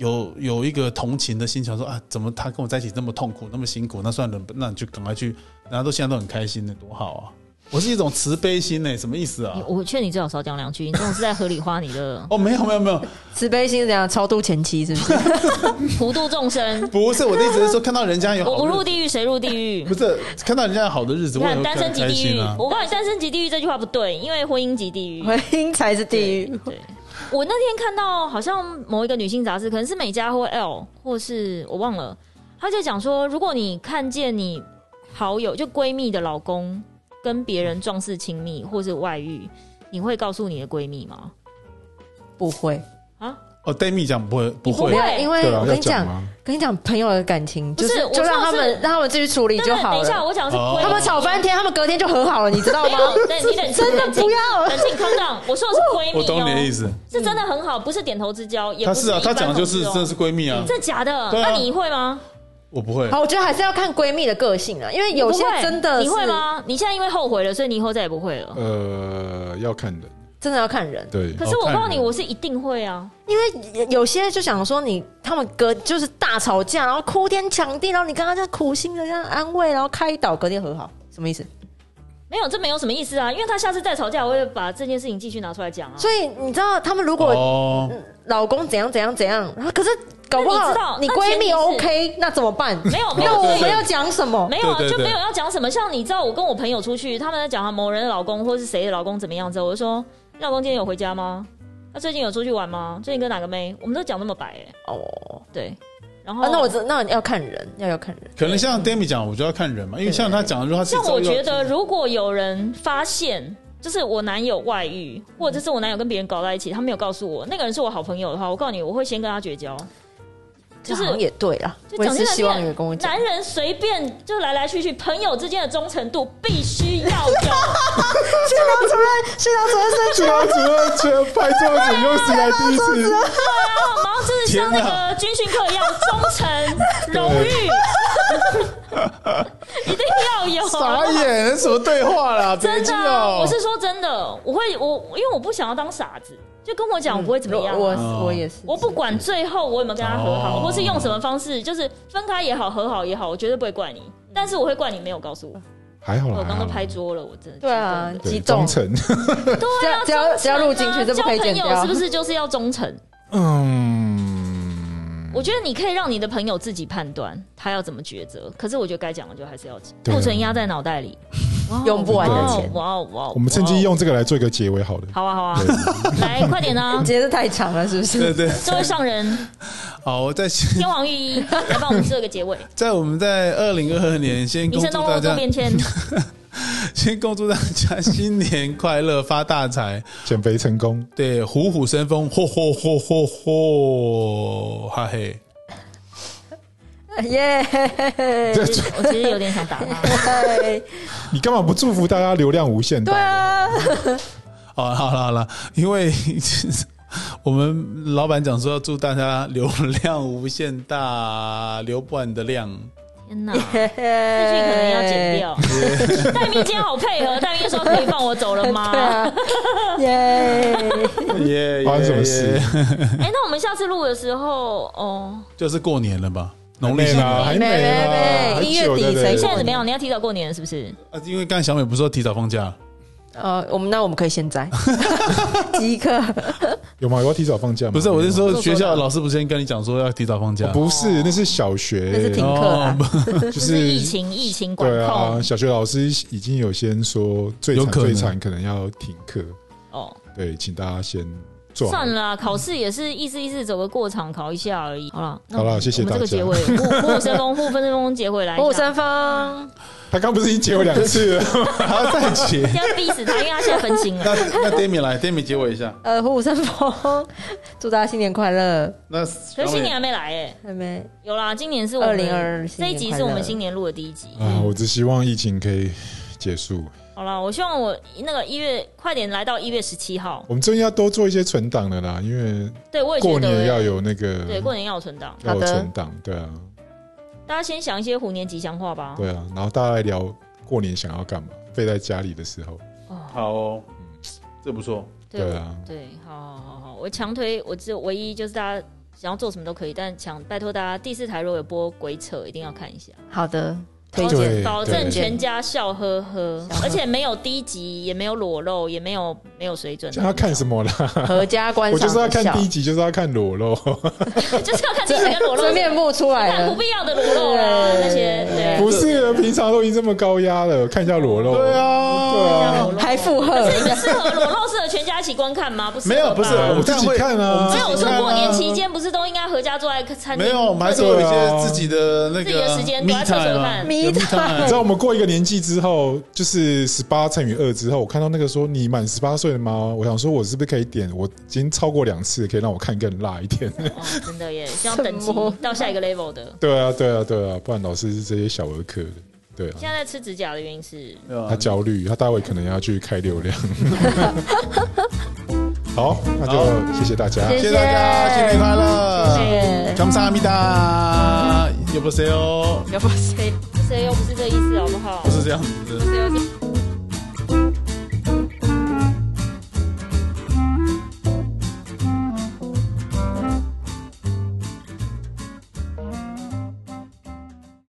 有有一个同情的心情，想说啊，怎么他跟我在一起那么痛苦，那么辛苦，那算了，那你就赶快去，大家都现在都很开心的，多好啊！我是一种慈悲心呢、什么意思啊
你？我劝你最好少讲两句，你这种是在合理化你的
哦，没有没有没有，
慈悲心是怎样超度前妻是不是？
普度众生。
不是我的意思是说，看到人家有
我
好
不入
日子，
地狱，谁入地狱
不？是看到人家有好的日子，
你
我也
看
会
单身
很
即
开
地狱
心，啊。
我告诉你，单身即地狱这句话不对，因为婚姻即地狱。
婚姻才是地狱。
对，我那天看到好像某一个女性杂志，可能是美加或 L，或是我忘了，她就讲说，如果你看见你好友就闺蜜的老公跟别
嗯
人壮士亲密或是外遇，你会告诉你的闺蜜吗？
不会，
啊，
哦，Demi 讲不会不
不
会
会，
因为
对啊，
我
要
跟你
讲
讲，
吗？
跟你讲，朋友的感情
不
就是是
我
就让
知道
他
是
们让他们自己处理就
但是
好
等一下，
了。
我讲的是
哦
闺蜜，
他们吵翻天，他们隔天就和好了，你知道
没
吗？
有，对你冷静，
真的
冷静
不要嗯
冷静康荡。我说的是闺蜜、
我
哦，
懂你的意，思。
是真的很好，不是点头之交，也
她
不
是啊，
一
她
般
讲的就是真
同志哦
的是闺蜜啊，
真的假的？
对啊
那你会吗？
我不会
好，。我觉得还是要看闺蜜的个性啊，因为有些
不会
真的
你会
是
吗？你现在因为后悔了，所以你以后再也不会了。
呃，要看人，
真的要看人，
对，
可是我
好看
告诉你，
人
我是一定会啊！
因为有些就想说你他们隔就是大吵架，然后哭天抢地，然后你刚刚这样苦心的这样安慰，然后开导，隔天和好，什么意思？
啊没有，这没有什么意思啊，因为他下次再吵架，我会把这件事情继续拿出来讲啊。
所以你知道他们如果
哦，
嗯
老公怎样怎样怎样，然后可是搞不
那你知
好
道
你
那
闺蜜
前提是
OK，那怎么办？
没有没有
那我
所
们
以
要讲什么？
没有啊，
对对
就
对
没有要讲什么。像你知道，我跟我朋友出去，他们在讲某人的老公或是谁的老公怎么样之后，我就说：“你老公今天有回家吗？他最近有出去玩吗？最近跟哪个妹？”我们都讲那么白、欸，
哦，
对。然后，
啊，那我知那要看人，要要看人。
可能像 Demi 讲，我就要看人嘛，因为像她讲的，如果她自己
像
遭
我
遇
觉
到
得，如果有人发现，就是我男友外遇，或者是我男友跟别人搞在一起，他没有告诉我，那个人是我好朋友的话，我告诉你，我会先跟他绝交。就是
这好像也对啦，
就
我也
讲
是
真的
希望有人跟我讲
男。人随便就来来去去，朋友之间的忠诚度必须 要有。啊
训导主任，训导主任啊生
治
啊
疗主任全拍桌子，
啊
又是来第一次，
然后就是像那个军训课一样，忠诚、荣誉，一定要有。啊
傻眼，那什么对话啦？
真
别
的
这
啊、
样
我是说真的，我会我因为我不想要当傻子，就跟我讲， 我不会怎么样啊、
嗯我
哦
我我也是，
我不管最后我有没有跟他和好，
哦
或是
嗯
用什么方式，就是分开也好，和好也好，我绝对不会怪你。但是我会怪你没有告诉我，哦
还好啦，
我刚刚
还好啦
拍桌了，我真的
对啊
气
对
击
忠
中
诚，
只
啊
要只要只要
疯了
录进去，这不可以剪
交朋友
掉
是不。是就是要忠诚？
嗯，
我觉得你可以让你的朋友自己判断他要怎么抉择，可是我觉得该讲的就还是要讲，
对啊
库存压在脑袋里，哇哦
用不完
的
哇哦
钱
哇哦哇哦！
我们趁
哇哦
机，用这个来做一个结尾好了。
好啊好啊，
对，
来快点 啊！
节日太长了，是不
对
是？
对，
这位上人
好，我在
天王御医，来帮我们做个结尾。
在我们在二零二二年先
民
恭
生
祝
东
大
欧周
家，
变迁，
先恭祝大家新年快乐，发大财，
减肥成功，
对，虎虎生风，嚯嚯嚯嚯嚯，哈嘿。
耶！
我其实我其实有点想打他。
你干嘛不祝福大家流量无限大？
对啊，
哦，好了好了，因为 我们老板讲说要祝大家流量无限大，流不完的量。
天哪， 这句可能要剪。掉。戴咪今天好配合，戴咪说可以放我走了吗？
对啊， 耶！
耶
发生什么事？？
哎、那我们下次录的时候，哦，
就是过年了吧，
还
农历
没
新
啦，
年
还
没
没
没
啦，
没
还
一月
久的
底
嘞
才
现
下
在怎么样？你要提早过年是不是？
啊，因为刚才小美不是说提早放假，
呃，我们那我们可以现在 即刻。
有吗？有要提早放假吗？
不是，我是
我
说
说
学校
的
老师不是先跟你讲说要提早放
嗯
假哦
哦，不是，那是小学，哦
那是停课啊
不
就
就是疫情，疫情管
对
控、
啊，小学老师已经有先说最
有
惨
可能
最惨可能要停课，
哦。
对，请大家先做好
算了啦，考试也是意思意思走个过场，考一下而已。好了，那
好啦
我们
谢谢
我们这个
大家
结 尾，虎虎生风，虎生风结尾来一下，。
五三方，
他刚不是已经结尾两次 了？
还要再结
要逼死他，因为他现在分心了。
那那 Demi 来，Demi 结尾一下。
呃，五三风，祝大家新年快乐！
那
可
小
是新年
美
还没来哎、
还没
有啦，今年是我们
2022新
这一
年
集
快
是
乐
我们新年录的第一集。
啊，我只希望疫情可以结束。
好啦，我希望我那个一月快点来到一月十七号，
我们最近要多做一些存档的啦，因为
对我也觉
过年要
得，欸
有嗯那个
对过年要有存档，
要
好
有
的
存档，对啊，
大家先想一些虎年吉祥话吧。
对啊，然后大家来聊过年想要干嘛，飞在家里的时候，
哦，
好哦，这不错。
对
对啊
对，好好好好，我强推，我只有唯一就是大家想要做什么都可以，但强拜托大家第四台如果有播鬼扯，一定要看一下，
好的，推
保
对
荐
证保证全家笑呵呵
笑呵，呵
而且没有低级，也没有裸露，也没有没有水准。
这样要看什么啦？
合家观
我就
赏
是要
的
看
笑
第一，集，就是要看裸露，
么？就是要看第四个裸露
真，面目出来
看不
了。
必要的裸露啦，
对
那些对。
不是啊平常都已经这么高压了，看一下裸露，
对啊，
对啊，
还附和，
你们适合裸露，适合全家一起观看吗？不适合
没有，不是
吧
我们
自己
会
看啊
没有，我说
看啊
过年期间不是都应该合家坐在餐厅？
没有，我们还是有一些自己的那个
自己的时间躲在
me
厕所
time 啊
看
有 me
迷彩
time
你知道我们过一个年纪之后，就是十八乘以二之后，我看到那个说你满十八岁了吗？我想说，我是不是可以点？我已经超过两次，可以让我看更辣一点。
哦，真 的耶，希望等级
什么
到下一个 level 的。
对啊，对啊，对啊，不然老师是这些小儿科的。对啊，
现在在吃指甲的原因是，
对啊
他焦虑，他待会可能要去开流 量。好，那就谢谢大家。
谢谢大家，新年快乐！
谢
감사합니다，여보세요，
要不谁？
谁又不是这意思好不好
不？是这样子。
谁又这